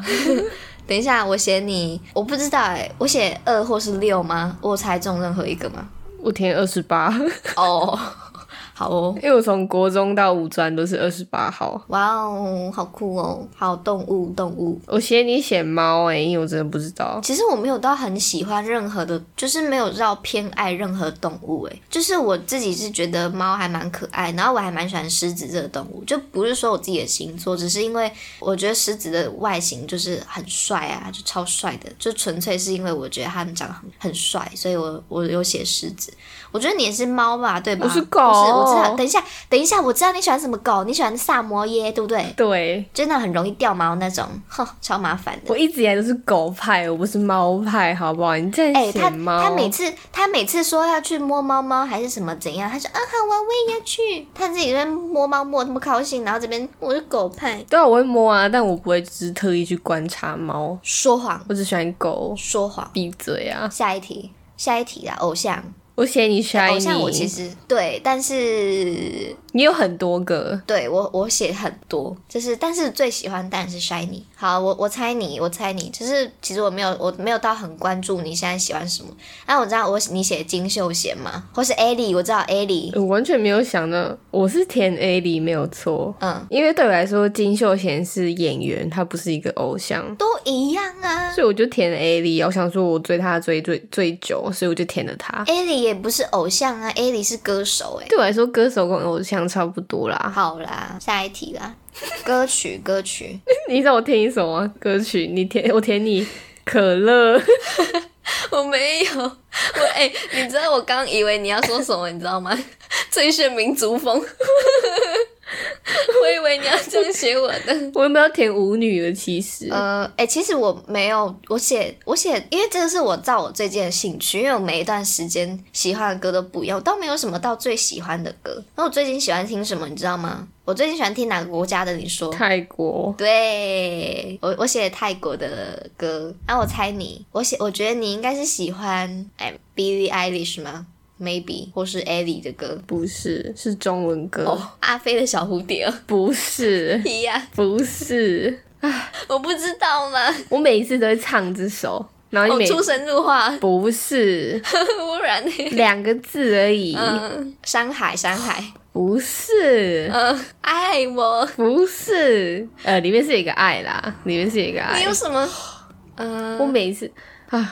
[SPEAKER 1] 等一下，我写你，我不知道哎、我写二或是六吗？我有猜中任何一个吗？
[SPEAKER 2] 我填二十八， *laughs*
[SPEAKER 1] 哦， *laughs* 好哦。
[SPEAKER 2] 因为我从国中到五专都是二十八号。
[SPEAKER 1] 哇哦，好酷哦！好动物，动物。
[SPEAKER 2] 我写你写猫哎，因为我真的不知道。
[SPEAKER 1] 其实我没有到很喜欢任何的，就是没有到偏爱任何动物、欸。就是我自己是觉得猫还蛮可爱，然后我还蛮喜欢狮子这个动物，就不是说我自己的星座，只是因为我觉得狮子的外形就是很帅啊，就超帅的，就纯粹是因为我觉得他们长得很很帅，所以我我有写狮子。我觉得你也是猫吧，对吧？
[SPEAKER 2] 我是狗
[SPEAKER 1] 不是，我知道。等一下，等一下，我知道你喜欢什么狗，你喜欢萨摩耶，对不对？
[SPEAKER 2] 对，
[SPEAKER 1] 就那很容易掉毛那种，哼，超麻烦的。
[SPEAKER 2] 我一直以来都是狗派，我不是猫派，好不好？你这
[SPEAKER 1] 哎、
[SPEAKER 2] 样
[SPEAKER 1] 他
[SPEAKER 2] 写猫、
[SPEAKER 1] 他每次他每次说要去摸猫猫还是什么怎样，他说啊好啊，我也要去。他自己这边摸猫摸得那么高兴，然后这边我是狗派，
[SPEAKER 2] 对啊，我会摸啊，但我不会就是特意去观察猫，
[SPEAKER 1] 说谎
[SPEAKER 2] 我只喜欢狗。
[SPEAKER 1] 说谎。
[SPEAKER 2] 闭嘴啊！
[SPEAKER 1] 下一题，下一题啦，偶像，
[SPEAKER 2] 我写你 s h i
[SPEAKER 1] 哎偶像我其实对，但是
[SPEAKER 2] 你有很多个，
[SPEAKER 1] 对我我写很多，就是但是最喜欢当然是 shiny。好，我我猜你，我猜你，就是其实我没有我没有到很关注你现在喜欢什么。那我知道我你写金秀贤嘛，或是 Ellie，我知道 Ellie，
[SPEAKER 2] 我完全没有想到我是填 A 里没有错，
[SPEAKER 1] 嗯，
[SPEAKER 2] 因为对我来说金秀贤是演员，他不是一个偶像。
[SPEAKER 1] 都一样啊。
[SPEAKER 2] 所以我就填 A 里，我想说我追他追追追久，所以我就填了他。
[SPEAKER 1] Ellie 也不是偶像啊，Ellie 是歌手哎、
[SPEAKER 2] 对我来说，歌手跟偶像差不多啦。
[SPEAKER 1] 好啦，下一题啦，歌曲歌曲，
[SPEAKER 2] 你让我填一首吗？歌曲，你填我填你可 *laughs* 乐。
[SPEAKER 1] *laughs* 我没有，我哎、你知道我刚以为你要说什么，你知道吗？ *laughs* 最炫民族风， *laughs* 我以为你要这样写我的。
[SPEAKER 2] 我有没有填舞女的？其实，
[SPEAKER 1] 呃，哎、其实我没有，我写我写，因为这个是我照我最近的兴趣，因为我每一段时间喜欢的歌都不一样，我倒没有什么到最喜欢的歌。那我最近喜欢听什么，你知道吗？我最近喜欢听哪个国家的？你说？
[SPEAKER 2] 泰国
[SPEAKER 1] 对我，我写泰国的歌，那、我猜你，我写，我觉得你应该是喜欢哎 Billie Eilish 吗？Maybe 或是 Ellie 的歌
[SPEAKER 2] 不是，是中文歌，
[SPEAKER 1] 哦，阿飞的小蝴蝶哦 *laughs*
[SPEAKER 2] 不是，
[SPEAKER 1] 一样，
[SPEAKER 2] 不是。
[SPEAKER 1] 我不知道吗？
[SPEAKER 2] 我每一次都会唱这首，然后
[SPEAKER 1] 我
[SPEAKER 2] 你每、
[SPEAKER 1] 出神入化， *laughs*
[SPEAKER 2] 不是
[SPEAKER 1] 忽然呢、
[SPEAKER 2] 两个字而已，
[SPEAKER 1] 嗯，山海，山海，
[SPEAKER 2] 不是，
[SPEAKER 1] 嗯，爱我，
[SPEAKER 2] 不是，呃，里面是有一个爱啦，里面是有啊一个
[SPEAKER 1] 你
[SPEAKER 2] 爱
[SPEAKER 1] 有。什
[SPEAKER 2] *laughs*
[SPEAKER 1] 么？嗯
[SPEAKER 2] 我每一次，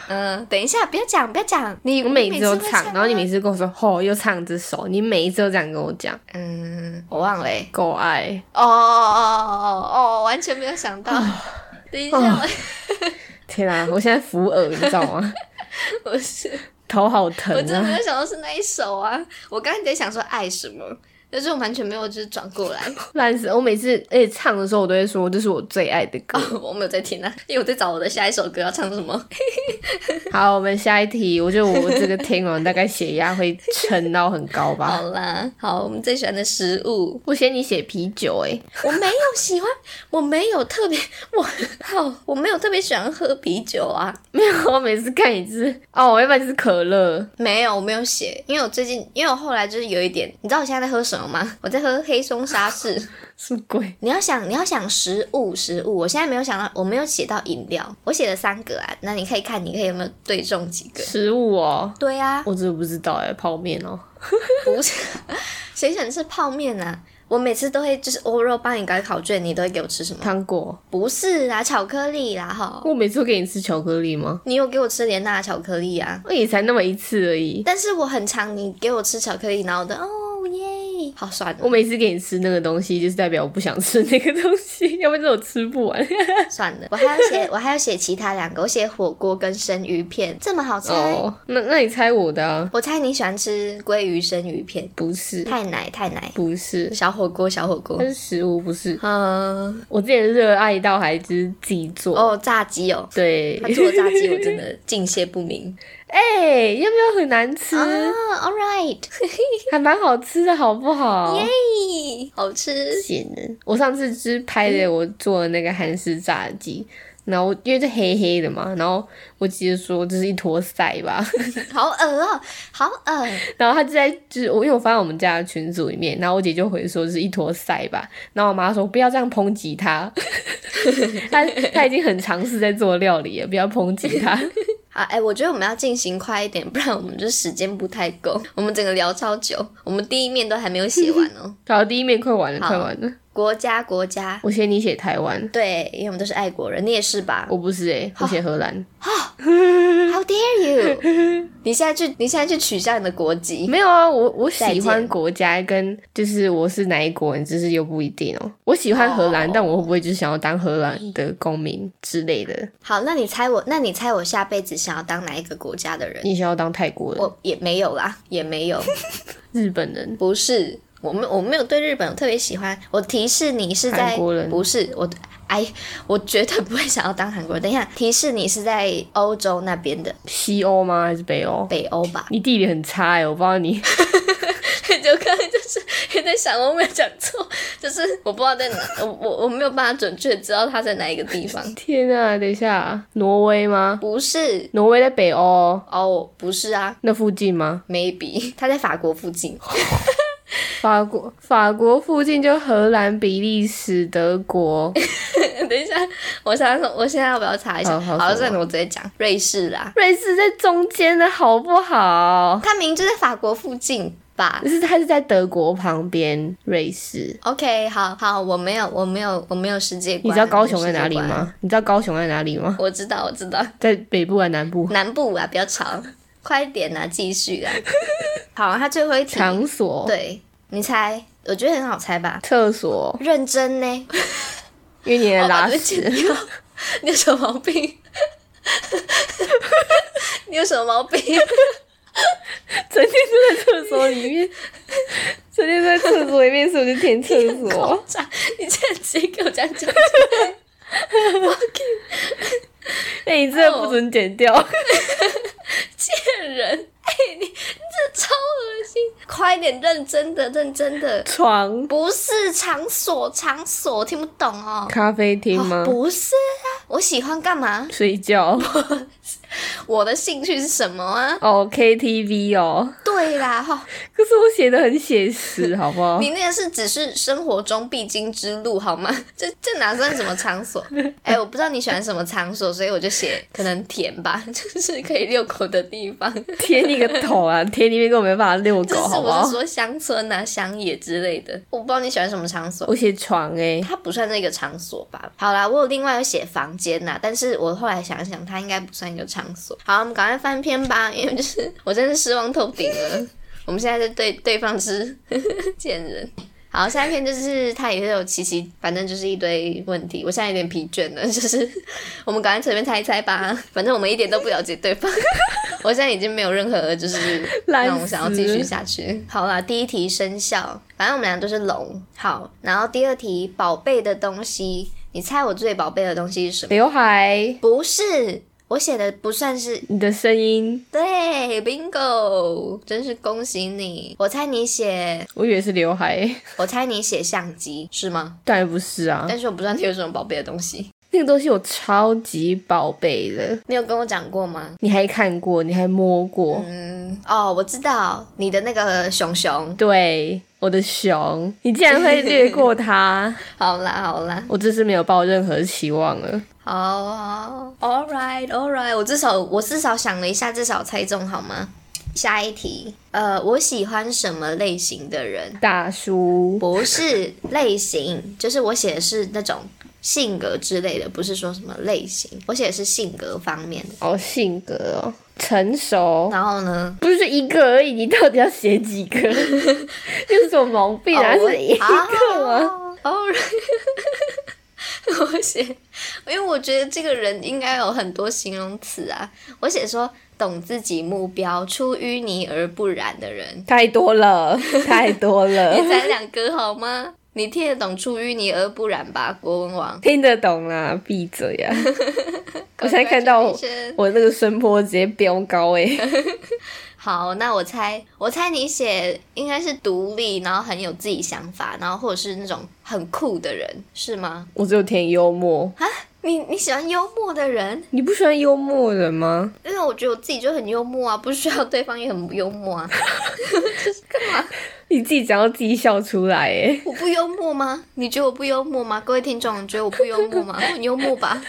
[SPEAKER 1] 嗯，等一下，不要讲，不要讲，你
[SPEAKER 2] 我每次都
[SPEAKER 1] 会啊
[SPEAKER 2] 唱，啊然后你
[SPEAKER 1] 吗
[SPEAKER 2] 每次跟我说，吼、又唱这首，你每一次都这样跟我讲，
[SPEAKER 1] 嗯，我忘了、欸，
[SPEAKER 2] 够爱。
[SPEAKER 1] 哦哦哦哦哦，完全没有想到。 *laughs* 等一下，
[SPEAKER 2] 哦
[SPEAKER 1] 我
[SPEAKER 2] 天啊，我现在服耳，你知道
[SPEAKER 1] *laughs*
[SPEAKER 2] 吗？
[SPEAKER 1] 我是
[SPEAKER 2] 头好疼
[SPEAKER 1] 我真的没
[SPEAKER 2] 啊！
[SPEAKER 1] 有想到是那一首啊！我刚才在想说爱什么，但是我完全没有就是转过来， *laughs*
[SPEAKER 2] 烂死！我每次而且唱的时候，我都会说这是我最爱的歌。
[SPEAKER 1] 我没有在听啊，因为我在找我的下一首歌要唱什 *laughs* 么。
[SPEAKER 2] 好，我们下一题。我觉得我这个听完大概血压会撑到很高吧
[SPEAKER 1] 好。啦，好，我们最喜欢的食物，
[SPEAKER 2] 我嫌你写啤酒哎、
[SPEAKER 1] *laughs*
[SPEAKER 2] *laughs*
[SPEAKER 1] 我没有喜欢，我没有特别， *laughs* 我好，我没有特别喜欢喝啤酒啊，
[SPEAKER 2] 没有，我每次看你就是哦，我要不然就是可乐。
[SPEAKER 1] 没有，我没有写，因为我最近，因为我后来就是有一点，你知道我现在在喝什什么吗？我在喝黑松沙士。
[SPEAKER 2] 什么鬼？
[SPEAKER 1] *laughs* 你要想，你要想食物，食物。我现在没有想到，我没有写到饮料，我写了三个啊。那你可以看，你可以有没有对中几个？
[SPEAKER 2] 食物哦，
[SPEAKER 1] 对啊，
[SPEAKER 2] 我真的不知道哎，泡面哦，
[SPEAKER 1] 不是， *laughs* 谁想吃泡面啊？我每次都会就是 oral 帮你改考卷，你都会给我吃什么？
[SPEAKER 2] 糖果。
[SPEAKER 1] 不是啊，巧克力啦哈。
[SPEAKER 2] 我每次都给你吃巧克力吗？
[SPEAKER 1] 你有给我吃莲娜的巧克力啊？
[SPEAKER 2] 我也才那么一次而已。
[SPEAKER 1] 但是我很常你给我吃巧克力，然后我的哦耶，好酸哦
[SPEAKER 2] 我每次给你吃那个东西，就是代表我不想吃那个东西， *laughs* 要不然真的我吃不完。
[SPEAKER 1] 算了，我还要 *laughs* 写，我还要写其他两个，我写火锅跟生鱼片，这么好猜？
[SPEAKER 2] 哦，那那你猜我的啊？
[SPEAKER 1] 我猜你喜欢吃鲑鱼生鱼片，
[SPEAKER 2] 不是，
[SPEAKER 1] 太奶太奶，
[SPEAKER 2] 不是，
[SPEAKER 1] 小火锅小火锅
[SPEAKER 2] 它，是食物，不是。
[SPEAKER 1] 嗯，
[SPEAKER 2] 我之前热爱到还就是自己做。
[SPEAKER 1] 哦，炸鸡哦，
[SPEAKER 2] 对
[SPEAKER 1] 他，做的炸鸡我真的敬谢不明
[SPEAKER 2] *laughs* 哎、要不要很难吃？
[SPEAKER 1] 啊，All right，
[SPEAKER 2] 还蛮好吃的，好不好？
[SPEAKER 1] 嘿，好吃，
[SPEAKER 2] 显人，我上次只拍的我做的那个韩式炸鸡，然后因为是黑黑的嘛，然后我记得说这是一坨塞吧，
[SPEAKER 1] *laughs* 好恶哦，好恶，
[SPEAKER 2] *laughs* 然后他就在就是我，因为我发在我们家的群组里面，然后我姐就回说是一坨塞吧，然后我妈说不要这样抨
[SPEAKER 1] *laughs*
[SPEAKER 2] 击他，他他已经很尝试在做料理了，不要抨
[SPEAKER 1] *laughs*
[SPEAKER 2] 击他。
[SPEAKER 1] 好，哎、我觉得我们要进行快一点，不 *laughs* 然我们就时间不太够， *laughs* 我们整个聊超久，我们第一面都还没有写完 *laughs* 哦，
[SPEAKER 2] 好，第一面快完了，
[SPEAKER 1] 好
[SPEAKER 2] 快完了，
[SPEAKER 1] 国家国家。
[SPEAKER 2] 我写你写台湾，
[SPEAKER 1] 对，因为我们都是爱国人，你也是吧
[SPEAKER 2] 我不是诶、我写荷兰，
[SPEAKER 1] ？How dare *laughs* you！你现在去，你现在去取消你的国籍，
[SPEAKER 2] 没有啊，我我喜
[SPEAKER 1] 再
[SPEAKER 2] 欢
[SPEAKER 1] 见
[SPEAKER 2] 国家跟就是我是哪一国人，只是又不一定哦。我喜欢荷兰，
[SPEAKER 1] 哦
[SPEAKER 2] 但我会不会就是想要当荷兰的公民之类的？
[SPEAKER 1] 好，那你猜我，那你猜我下辈子想要当哪一个国家的人？
[SPEAKER 2] 你想要当泰国人、
[SPEAKER 1] 我也没有啦，也没有，
[SPEAKER 2] 日本人？
[SPEAKER 1] 不是，我没我没有对日本特别喜欢。我提示你是在
[SPEAKER 2] 韩国人
[SPEAKER 1] 不是我，哎，我绝对不会想要当韩国人。等一下，提示你是在欧洲那边的
[SPEAKER 2] 西欧吗？还是北欧？
[SPEAKER 1] 北欧
[SPEAKER 2] *laughs*
[SPEAKER 1] 吧？
[SPEAKER 2] 你地理很差哎、我不知道你。 *laughs*
[SPEAKER 1] 就刚才就是也在想，我没有讲错，就是我不知道在哪， *laughs* 我我我没有办法准确知道它在哪一个地
[SPEAKER 2] *laughs*
[SPEAKER 1] 方。
[SPEAKER 2] 天啊，等一下，挪威吗？
[SPEAKER 1] 不是
[SPEAKER 2] 挪威在北欧
[SPEAKER 1] 哦，不是啊
[SPEAKER 2] 那附近吗？
[SPEAKER 1] ，maybe *laughs* 它在法国附近。 *laughs*
[SPEAKER 2] 法国，法国附近就荷兰、比利时、德国。
[SPEAKER 1] 等一下，我想想，我现在要不要查一下？
[SPEAKER 2] 好好
[SPEAKER 1] 好，
[SPEAKER 2] 什么
[SPEAKER 1] 算了，我直接讲瑞士啦。
[SPEAKER 2] 瑞士在中间的好不好？
[SPEAKER 1] 它明明就在法国附近吧
[SPEAKER 2] 可是它是在德国旁边，瑞士。
[SPEAKER 1] ？OK，好好，我没有，我没有，我没有世界观。
[SPEAKER 2] 你知道高雄在哪里
[SPEAKER 1] 我没有世界观？
[SPEAKER 2] 吗？你知道高雄在哪里吗？
[SPEAKER 1] 我知道，我知道，
[SPEAKER 2] 在北部还是南部？
[SPEAKER 1] 南部啊，不要吵，快点啊，继续啊。 *laughs* 好，它最后一题，
[SPEAKER 2] 场所、
[SPEAKER 1] 对你猜，我觉得很好猜吧？
[SPEAKER 2] 厕所，
[SPEAKER 1] 认真呢，
[SPEAKER 2] 因为你的
[SPEAKER 1] 我把
[SPEAKER 2] 拉
[SPEAKER 1] 这个剪
[SPEAKER 2] 屎。
[SPEAKER 1] 掉 *laughs* 你有什么毛
[SPEAKER 2] *laughs*
[SPEAKER 1] 病？你有什么毛病？
[SPEAKER 2] 整天都在厕所里面，整天都在厕所里面，所以我就填厕所。
[SPEAKER 1] 你竟然直接给我这样讲，
[SPEAKER 2] *laughs* 那、哎你真的不准剪掉， *laughs*
[SPEAKER 1] 骗人！哎、你你这超恶心！快点，认真的，认真的，
[SPEAKER 2] 床、
[SPEAKER 1] 不是场所，场所听不懂哦。
[SPEAKER 2] 咖啡厅吗？
[SPEAKER 1] 不是啊，我喜欢干嘛？
[SPEAKER 2] 睡觉 *laughs*
[SPEAKER 1] 我的兴趣是什么啊？哦
[SPEAKER 2] 哦，KTV 哦。
[SPEAKER 1] 对啦，哈、
[SPEAKER 2] 可是我写的很写实，好不好？
[SPEAKER 1] 你那个是只是生活中必经之路好吗？ *laughs* 这这哪算什么场所？ *laughs* 哎、我不知道你喜欢什么场所，所以我就写可能田吧， *laughs* 就是可以遛狗的地方。
[SPEAKER 2] 填你个头啊！填里面根本没办法遛
[SPEAKER 1] 就
[SPEAKER 2] 狗，
[SPEAKER 1] 是
[SPEAKER 2] 好不
[SPEAKER 1] 我
[SPEAKER 2] 好
[SPEAKER 1] 是？说乡村啊、乡野之类的。我不知道你喜欢什么场所
[SPEAKER 2] 我，写床哎、
[SPEAKER 1] 它不算是一个场所吧？好啦，我有另外有写房间呐，但是我后来想想，它应该不算一个场所。好，我们赶快翻篇吧， *laughs* 因为就是我真是失望透顶
[SPEAKER 2] *laughs*
[SPEAKER 1] 了。我们现在在对对方是 *laughs* 贱人。好，下一篇就是它也是有奇奇，反正就是一堆问题。我现在有点疲倦了， *laughs* 就是我们赶快随便猜一猜吧。反正我们一点都不了解对
[SPEAKER 2] *laughs*
[SPEAKER 1] 方，我现在已经没有任何就是
[SPEAKER 2] 烂
[SPEAKER 1] 让我想要
[SPEAKER 2] 死
[SPEAKER 1] 继续下去。好啦，第一题生肖，反正我们俩都是龙。好，然后第二题宝贝的东西，你猜我最宝贝的东西是什么？
[SPEAKER 2] 刘海，
[SPEAKER 1] 不是，我写的不算是
[SPEAKER 2] 你的声音，
[SPEAKER 1] 对，bingo，真是恭喜你！我猜你写，
[SPEAKER 2] 我以为是刘海、
[SPEAKER 1] 我猜你写相机是吗？
[SPEAKER 2] 当然不是啊，
[SPEAKER 1] 但是我不知道你有什么宝贝的东西，
[SPEAKER 2] 那个东西我超级宝贝的，
[SPEAKER 1] 你有跟我讲过吗？
[SPEAKER 2] 你还看过，你还摸过，
[SPEAKER 1] 嗯，哦，我知道你的那个熊熊，
[SPEAKER 2] 对我我的熊，你竟然会略过它，
[SPEAKER 1] *laughs* 好啦好啦，
[SPEAKER 2] 我这次没有抱任何期望了。
[SPEAKER 1] 好好，All right All right，我至少我至少想了一下，至少猜中好吗？下一题，呃，我喜欢什么类型的人？
[SPEAKER 2] 大叔，
[SPEAKER 1] 不是类型，就是我写的是那种性格之类的，不是说什么类型，我写的是性格方面的。
[SPEAKER 2] 哦，性格哦，成熟，
[SPEAKER 1] 然后呢？
[SPEAKER 2] 不是就一个而已，你到底要写几个？ *laughs* 有什么毛病啊？
[SPEAKER 1] 哦我啊
[SPEAKER 2] 是一个吗？
[SPEAKER 1] All right，我 *laughs* 写，因为我觉得这个人应该有很多形容词啊。我写说懂自己目标、出淤泥而不染的人。哎
[SPEAKER 2] 太多
[SPEAKER 1] *laughs*
[SPEAKER 2] 了，太多了
[SPEAKER 1] 你，才两个好吗？你听得懂“出淤泥而不染”吧，国文王？
[SPEAKER 2] 听得懂啦，闭嘴
[SPEAKER 1] *laughs*
[SPEAKER 2] 呀、我现在看到
[SPEAKER 1] Congratulations
[SPEAKER 2] 我那个声波直接飙高哎、
[SPEAKER 1] *laughs* 好，那我猜，我猜你写应该是独立，然后很有自己想法，然后或者是那种很酷的人，是吗？
[SPEAKER 2] 我只有填幽默，
[SPEAKER 1] 你你喜欢幽默的人，
[SPEAKER 2] 你不喜欢幽默的人吗？
[SPEAKER 1] 因为我觉得我自己就很幽默啊，不需要对方也很幽默
[SPEAKER 2] *laughs*
[SPEAKER 1] 啊。
[SPEAKER 2] 你自己讲到自己笑出来哎，
[SPEAKER 1] 我不幽默吗？你觉得我不幽默吗？各位听众，你觉得我不幽默
[SPEAKER 2] *laughs*
[SPEAKER 1] 吗？我很幽默吧？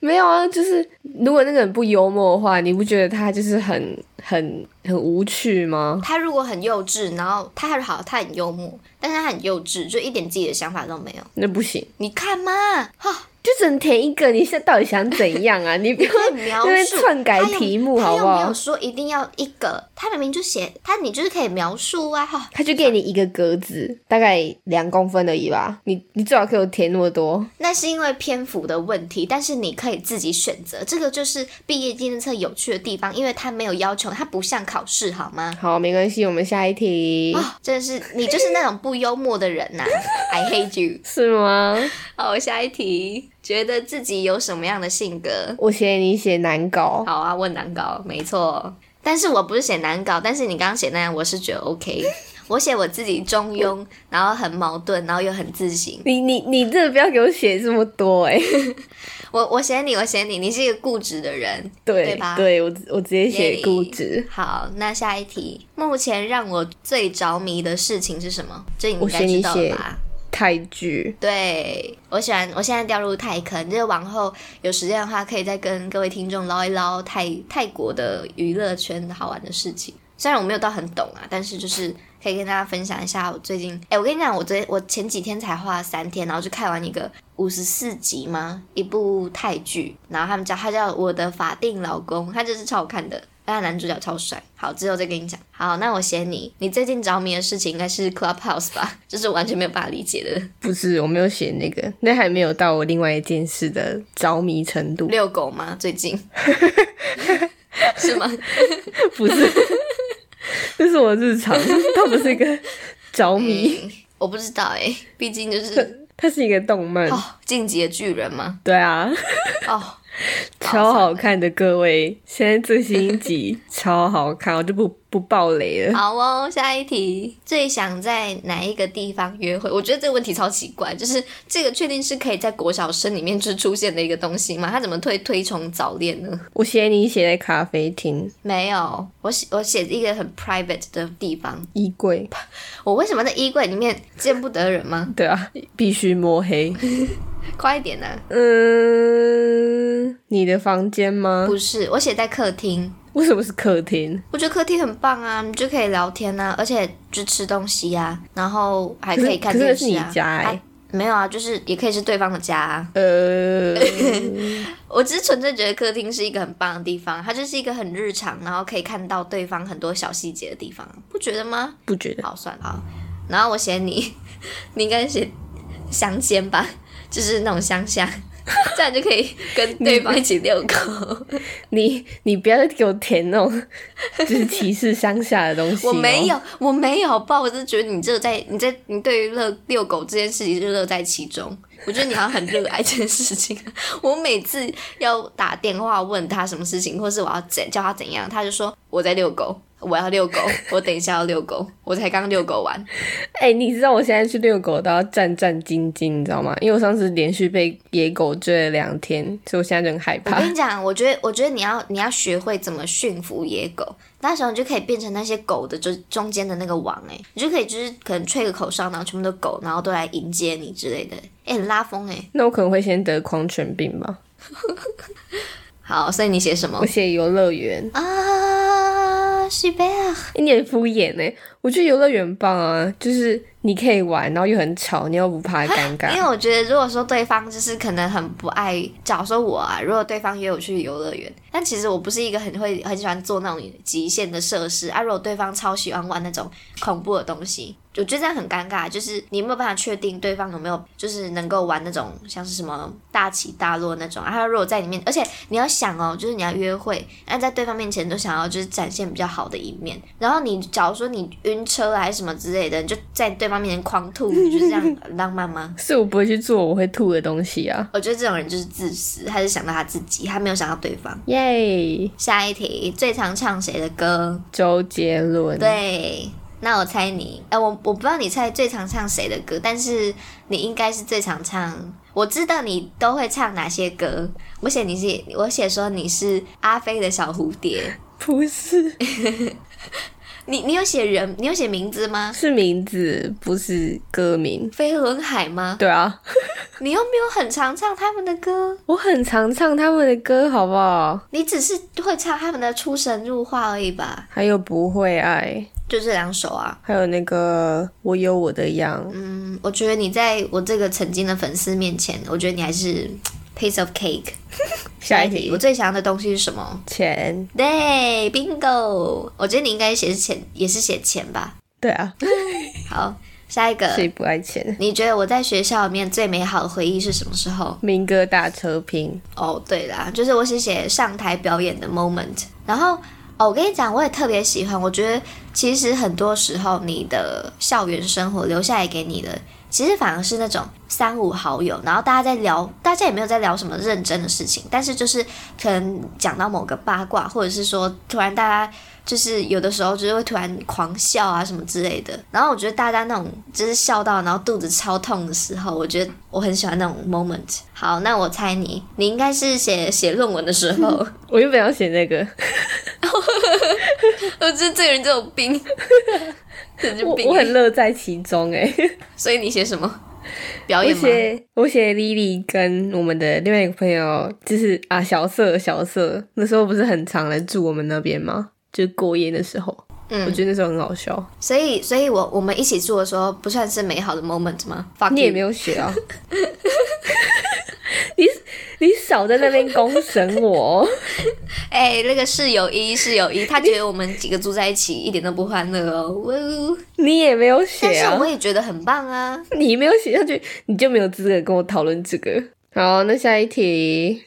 [SPEAKER 2] 没有啊，就是如果那个人不幽默的话，你不觉得他就是很很很无趣吗？
[SPEAKER 1] 他如果很幼稚，然后他还好，他很幽默，但是他很幼稚，就一点自己的想法都没有。
[SPEAKER 2] 那不行，
[SPEAKER 1] 你看嘛，哈，
[SPEAKER 2] 就只能填一个。你现在到底想怎
[SPEAKER 1] *laughs*
[SPEAKER 2] 样啊？你不要
[SPEAKER 1] 可以描
[SPEAKER 2] *laughs* 在那边
[SPEAKER 1] 述
[SPEAKER 2] 篡改
[SPEAKER 1] 他又
[SPEAKER 2] 题目好不
[SPEAKER 1] 他又没
[SPEAKER 2] 好
[SPEAKER 1] 有？说一定要一个，他明明就写他，你就是可以描述啊，哈，
[SPEAKER 2] 他就给你一个格子，大概两公分而已吧。你你最好给我填那么多，
[SPEAKER 1] 那是因为篇幅的问题，但是你可以自己选择，这个就是毕业纪念册有趣的地方，因为它没有要求，它不像考试，好吗？
[SPEAKER 2] 好，没关系，我们下一题、
[SPEAKER 1] 啊、真的是你就是那种不幽默的人呐、i hate you。
[SPEAKER 2] 是吗？
[SPEAKER 1] *laughs* 好，下一题，觉得自己有什么样的性格？
[SPEAKER 2] 我写你写难搞，
[SPEAKER 1] 好啊，问难搞，没错。但是我不是写难搞，但是你刚刚写那样，我是觉得 OK。我写我自己中庸，然后很矛盾，然后又很自省。
[SPEAKER 2] 你你你真的不要给我写这么多
[SPEAKER 1] *laughs*
[SPEAKER 2] 哎、
[SPEAKER 1] 我我写你，我写你，你是一个固执的人。对
[SPEAKER 2] 对
[SPEAKER 1] 吧
[SPEAKER 2] 对，我我直接写
[SPEAKER 1] Yay
[SPEAKER 2] 固执。
[SPEAKER 1] 好，那下一题，目前让我最着迷的事情是什么？这你应
[SPEAKER 2] 我
[SPEAKER 1] 该
[SPEAKER 2] 写你
[SPEAKER 1] 知道了
[SPEAKER 2] 写
[SPEAKER 1] 吧？
[SPEAKER 2] 泰剧，
[SPEAKER 1] 对，我喜欢，我现在掉入泰坑，就是往后有时间的话，可以再跟各位听众唠一唠泰泰国的娱乐圈的好玩的事情。虽然我没有到很懂啊，但是就是可以跟大家分享一下我最近。哎、我跟你讲，我昨我前几天才花了三天，然后就看完一个五十四集吗？一部泰剧，然后他们叫他叫我的法定老公，他就是超好看的。那男主角超帅，好，之后再跟你讲。好，那我写你，你最近着迷的事情应该是 Clubhouse 吧？ *laughs* 这是我完全没有办法理解的
[SPEAKER 2] 不是我没有写那个，那还没有到我另外一件事的着迷程度，
[SPEAKER 1] 遛狗吗？最 *laughs* 近是吗？
[SPEAKER 2] 不是， *laughs* 这是我日常，它不是一个着迷，
[SPEAKER 1] 嗯我不知道哎、毕竟 *laughs* 就是
[SPEAKER 2] 它是一个动漫。
[SPEAKER 1] 哦，进击的巨人嘛，
[SPEAKER 2] 对啊，
[SPEAKER 1] 哦，
[SPEAKER 2] 超好看的各位，现在最新一集超好看，我就不不爆雷了。
[SPEAKER 1] 好哦，下一题，最想在哪一个地方约会？我觉得这个问题超奇怪，就是这个确定是可以在国小生里面就出现的一个东西吗？他怎么推推崇早恋呢？
[SPEAKER 2] 我写你写在咖啡厅
[SPEAKER 1] 没有，我写我写一个很 private 的地方，
[SPEAKER 2] 衣柜，
[SPEAKER 1] 我为什么在衣柜里面见不得人吗？
[SPEAKER 2] 对啊，必须摸黑。
[SPEAKER 1] 快一点啊呐、
[SPEAKER 2] 嗯，你的房间吗？
[SPEAKER 1] 不是，我写在客厅。
[SPEAKER 2] 为什么是客厅？
[SPEAKER 1] 我觉得客厅很棒啊，你就可以聊天啊，而且就吃东西呀、啊，然后还可以看
[SPEAKER 2] 可是
[SPEAKER 1] 电视
[SPEAKER 2] 可
[SPEAKER 1] 啊。
[SPEAKER 2] 是那是你家欸
[SPEAKER 1] 啊没有啊，就是也可以是对方的家、啊。 *laughs*
[SPEAKER 2] 呃，
[SPEAKER 1] 我只是纯粹觉得客厅是一个很棒的地方，它就是一个很日常，然后可以看到对方很多小细节的地方，不觉得吗？
[SPEAKER 2] 不觉得。
[SPEAKER 1] 好，算了好。然后我写你， *laughs* 你应该写乡间吧，就是那种乡下， *laughs* 这样就可以跟对方一起遛狗。
[SPEAKER 2] 你你不要再给我填那种 *laughs* 就是歧视乡下的东西、哦
[SPEAKER 1] 我没。有，我没有，爸，我真的觉得你这在你在你对于乐遛狗这件事情就乐在其中。我觉得你好像很热爱这件事情。啊我每次要打电话问他什么事情，或是我要怎叫他怎样，他就说我在遛狗，我要遛狗，我等一下要遛狗，我才刚遛狗完。
[SPEAKER 2] 哎、你知道我现在去遛狗都要战战兢兢，你知道吗？因为我上次连续被野狗追了两天，所以我现在就很害
[SPEAKER 1] 我
[SPEAKER 2] 怕
[SPEAKER 1] 跟。你讲，我觉得我觉得你要你要学会怎么驯服野狗。那时候你就可以变成那些狗的，就是中间的那个王哎、你就可以就是可能吹个口哨，然后全部都狗，然后都来迎接你之类的，哎、很拉风哎、
[SPEAKER 2] 那我可能会先得狂犬病吧。
[SPEAKER 1] 好，所以你写什么
[SPEAKER 2] 我？写游乐园，
[SPEAKER 1] *laughs* 啊，西贝尔，
[SPEAKER 2] 欸你很敷衍呢、我觉得游乐园很棒啊，就是你可以玩，然后又很吵，你又不怕尴
[SPEAKER 1] 因为
[SPEAKER 2] 尬。
[SPEAKER 1] 我觉得如果说对方就是可能很不爱，假如说我啊，如果对方约我去游乐园，但其实我不是一个很会很喜欢做那种极限的设施啊，如果对方超喜欢玩那种恐怖的东西。我觉得这样很尴尬，就是你有没有办法确定对方有没有就是能够玩那种像是什么大起大落那种？啊，他如果在里面，而且你要想哦，就是你要约会，那在对方面前都想要就是展现比较好的一面，然后你假如说你晕车啊还是什么之类的，你就在对方面前狂吐，你就是这样浪漫吗？
[SPEAKER 2] 是我不会去做我会吐的东西啊。
[SPEAKER 1] 我觉得这种人就是自私，他是想到他自己，他没有想到对方。
[SPEAKER 2] 耶、
[SPEAKER 1] 下一题，最常唱谁的歌？
[SPEAKER 2] 周杰伦，，
[SPEAKER 1] 对，那我猜你，哎、我我不知道你猜最常唱谁的歌，但是你应该是最常唱。我知道你都会唱哪些歌，我写你是，我写说你是阿飞的小蝴蝶。
[SPEAKER 2] 不是
[SPEAKER 1] 你你有写人，你有写名字吗？
[SPEAKER 2] 是名字，不是歌名。
[SPEAKER 1] 飞轮海吗？
[SPEAKER 2] 对啊，
[SPEAKER 1] 你又没有很常唱他们的歌，
[SPEAKER 2] 我很常唱他们的歌，好不好？
[SPEAKER 1] 你只是会唱他们的出神入化而已吧？
[SPEAKER 2] 还有不会爱，
[SPEAKER 1] 就这两首啊。
[SPEAKER 2] 还有那个我有我的样，
[SPEAKER 1] 嗯，我觉得你在我这个曾经的粉丝面前，我觉得你还是嗯 piece of cake。
[SPEAKER 2] 下一题
[SPEAKER 1] 我最想要的东西是什么？
[SPEAKER 2] 钱，
[SPEAKER 1] 对，bingo。我觉得你应该写是钱，也是写钱吧。
[SPEAKER 2] 对
[SPEAKER 1] *laughs*
[SPEAKER 2] 啊，
[SPEAKER 1] 好，下一个，
[SPEAKER 2] 谁不爱钱？
[SPEAKER 1] 你觉得我在学校里面最美好的回忆是什么时候？
[SPEAKER 2] 民歌大车拼，
[SPEAKER 1] 哦，对啦，就是我是写上台表演的 moment。然后哦，我跟你讲，我也特别喜欢。我觉得其实很多时候你的校园生活留下来给你的，其实反而是那种三五好友，然后大家在聊，大家也没有在聊什么认真的事情，但是就是可能讲到某个八卦，或者是说突然大家。就是有的时候就是会突然狂笑啊什么之类的，然后我觉得大家那种就是笑到然后肚子超痛的时候，我觉得我很喜欢那种 moment。好，那我猜你，你应该是写写论文的时候，我
[SPEAKER 2] 我原本要写那个，
[SPEAKER 1] 觉得这个 *laughs* 人就有病，神 *laughs* 经
[SPEAKER 2] 我
[SPEAKER 1] 病
[SPEAKER 2] 我。很乐在其中哎、
[SPEAKER 1] 所以你写什么？表
[SPEAKER 2] 我
[SPEAKER 1] 演吗？
[SPEAKER 2] 写我写 Lily 跟我们的另外一个朋友，就是啊小色小色，那时候不是很常来住我们那边吗？就是过夜的时候，我
[SPEAKER 1] 嗯，
[SPEAKER 2] 觉得那时候很好笑。
[SPEAKER 1] 所以所以我我们一起住的时候不算是美好的 moment 吗？Fuck
[SPEAKER 2] 你也没
[SPEAKER 1] 有，
[SPEAKER 2] 有写
[SPEAKER 1] *laughs*
[SPEAKER 2] 啊，你你少在那边公审我，
[SPEAKER 1] 哎、那个室友一室友一，他觉得我们几个住在一起一点都不欢乐
[SPEAKER 2] *laughs*
[SPEAKER 1] 哦，哇哦！
[SPEAKER 2] 你也没有
[SPEAKER 1] 但
[SPEAKER 2] 写
[SPEAKER 1] 是
[SPEAKER 2] 啊
[SPEAKER 1] 我，也觉得很棒啊。
[SPEAKER 2] *laughs* 你没有写下去，你就没有资格跟我讨论这个。好，那下一题，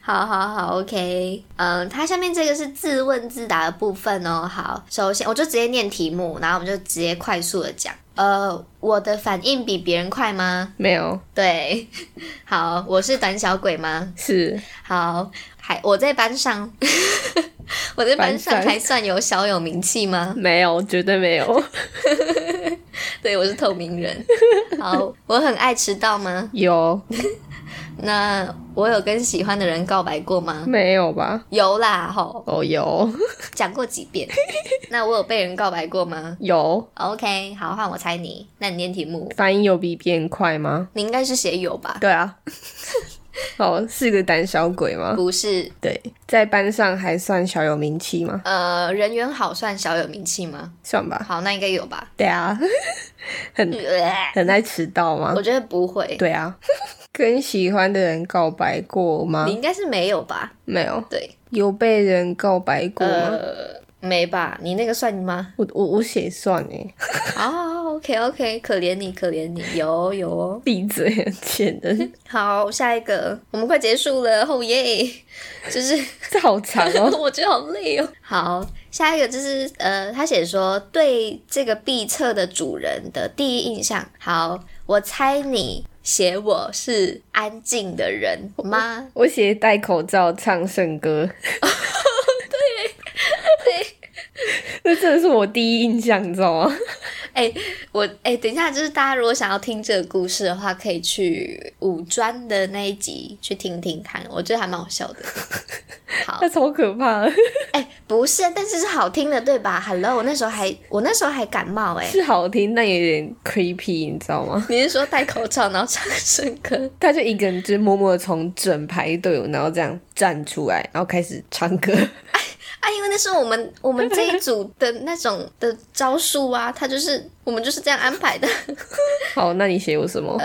[SPEAKER 1] 好好好，OK，嗯，它下面这个是自问自答的部分哦。好，首先我就直接念题目，然后我们就直接快速的讲。呃，我的反应比别人快吗？
[SPEAKER 2] 没有，
[SPEAKER 1] 对， *laughs* 好，我是胆小鬼吗？
[SPEAKER 2] 是
[SPEAKER 1] 好，还我在班上， *laughs* 我在班上
[SPEAKER 2] 班上
[SPEAKER 1] 还算有小有名气吗？
[SPEAKER 2] 没有，绝对没有，
[SPEAKER 1] 对，我是透明人。好，我很爱迟到吗？
[SPEAKER 2] *laughs* 有
[SPEAKER 1] 那我有跟喜欢的人告白过吗？
[SPEAKER 2] 没有吧？
[SPEAKER 1] 有啦，吼，
[SPEAKER 2] 哦，有
[SPEAKER 1] 讲过几遍。那我有被人告白过吗？
[SPEAKER 2] 有，
[SPEAKER 1] OK，好，换我猜你。那你念题目，
[SPEAKER 2] 反应有比别人快吗？
[SPEAKER 1] 你应该是写有吧？
[SPEAKER 2] 对啊， *laughs* 哦，是个胆小鬼吗？
[SPEAKER 1] 不是，
[SPEAKER 2] 对，在班上还算小有名气吗？
[SPEAKER 1] 呃，人缘好算小有名气吗？
[SPEAKER 2] 算吧。
[SPEAKER 1] 好，那应该有吧？
[SPEAKER 2] 对啊，
[SPEAKER 1] 呃
[SPEAKER 2] 很爱迟到吗
[SPEAKER 1] 我？觉得不会，
[SPEAKER 2] *laughs* 对啊，跟喜欢的人告白过吗
[SPEAKER 1] 你？应该是没有吧？
[SPEAKER 2] 没有，
[SPEAKER 1] 对，
[SPEAKER 2] 有被人告白过吗？？
[SPEAKER 1] 呃，没吧？你那个算吗
[SPEAKER 2] 我我我写算哎，
[SPEAKER 1] 哦，OK OK，可怜你，可怜你，有有哦。
[SPEAKER 2] 闭嘴，很欠人，
[SPEAKER 1] 好，下一个，我们快结束了，哦耶！ *laughs* 就是
[SPEAKER 2] 这好长哦。 *laughs*
[SPEAKER 1] 我觉得好累哦。好，下一个就是呃，他写说对这个壁册的主人的第一印象。好，我猜你写我是安静的人吗？
[SPEAKER 2] 我写戴口罩唱圣歌， *laughs* 对对，那真的是我第一印象，你知道吗？
[SPEAKER 1] 哎、我哎、等一下，就是大家如果想要听这个故事的话，可以去五专的那一集去听听看，我觉得还蛮好笑的。好，
[SPEAKER 2] 那超可怕的。
[SPEAKER 1] *laughs*
[SPEAKER 2] *laughs*
[SPEAKER 1] 哎、不是，但是是好听的，对吧？Hello，我那时候还我那时候还感冒哎、
[SPEAKER 2] 是好听，但有点 creepy，你知道吗？
[SPEAKER 1] *laughs* 你是说戴口罩然后唱生歌？
[SPEAKER 2] 他就一个人，就是默默地从整排队伍，然后这样站出来，然后开始唱歌。
[SPEAKER 1] 啊，因为那是我们我们这一组的那种的招数啊，他就是我们就是这样安排的。 *laughs*
[SPEAKER 2] 好，那你写我什么？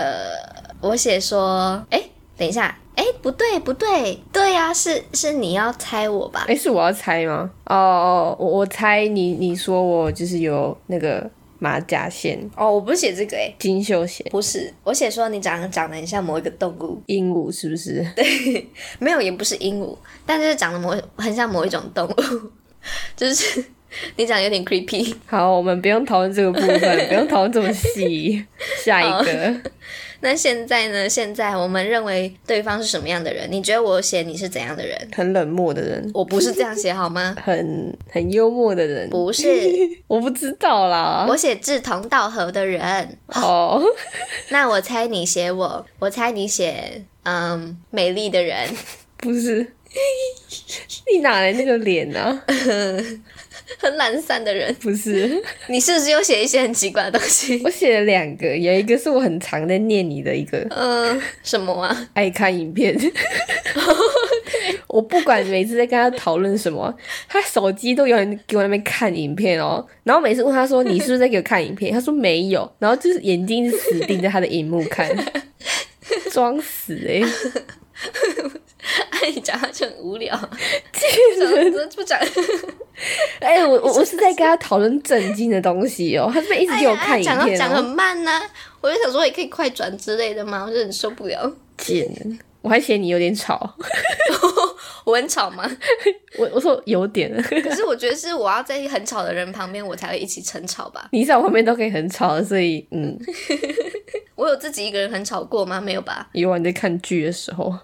[SPEAKER 1] 我写说，哎、等一下，哎、不对不对，对呀、啊，是是你要猜我吧？
[SPEAKER 2] 哎、是我要猜吗？哦哦，我我猜你，你说我就是有那个马甲线、
[SPEAKER 1] 哦，我不是写这个哎、
[SPEAKER 2] 金秀贤、
[SPEAKER 1] 不是，我写说你长长得很像某一个动物，
[SPEAKER 2] 鹦鹉，是不是？
[SPEAKER 1] 没有也不是鹦鹉，但就是长得某很像某一种动物， *laughs* 就是 *laughs* 你长得有点 creepy。 *laughs*
[SPEAKER 2] 好，我们不用讨论这个部分，不用讨论这么细。下一个，
[SPEAKER 1] 那现在呢？现在我们认为对方是什么样的人？你觉得我写你是怎样的人？
[SPEAKER 2] *laughs* 很冷漠的人，？
[SPEAKER 1] 我不是这样写好吗
[SPEAKER 2] 很很幽默的人，
[SPEAKER 1] 不是，
[SPEAKER 2] *laughs* 我不知道啦。
[SPEAKER 1] 我写志同道合的人。
[SPEAKER 2] 哦，
[SPEAKER 1] 那我猜你写我，我猜你写嗯美丽的人。
[SPEAKER 2] 不是， *laughs* 你哪来那个脸啊？
[SPEAKER 1] 很懒散的人，
[SPEAKER 2] 不是，
[SPEAKER 1] 你是不是又写一些很奇怪的东西？ *laughs*
[SPEAKER 2] 我写了两个，有一个是我很常在念你的一个，
[SPEAKER 1] 嗯、什么啊？
[SPEAKER 2] 爱看影片。我不管每次在跟他讨论什么，他手机都有人给我那边看影片哦。然后每次问他说：“你是不是在给我看影片？” *laughs* 他说：“没有。”然后就是眼睛一直死盯着他的荧幕看，装死哎、
[SPEAKER 1] 哎，你讲话就很无
[SPEAKER 2] *laughs*
[SPEAKER 1] 聊，这个不讲，
[SPEAKER 2] 哎、我我我是在跟他讨论正经的东西哦，他这边一直给我看
[SPEAKER 1] 哎
[SPEAKER 2] 影
[SPEAKER 1] 呀讲到
[SPEAKER 2] 片
[SPEAKER 1] 讲很
[SPEAKER 2] 哦，
[SPEAKER 1] 慢呐、我就想说也可以快转之类的嘛，我就很受不了。
[SPEAKER 2] 贱、我还嫌你有点吵，
[SPEAKER 1] 我很吵吗？
[SPEAKER 2] 我我说有点，
[SPEAKER 1] 可是我觉得是我要在很吵的人旁边，我才会一起争吵吧。
[SPEAKER 2] 你在我旁边都可以很吵，所以嗯，
[SPEAKER 1] 我有自己一个人很吵过吗？没有吧，
[SPEAKER 2] 以往你在看剧的时候，哦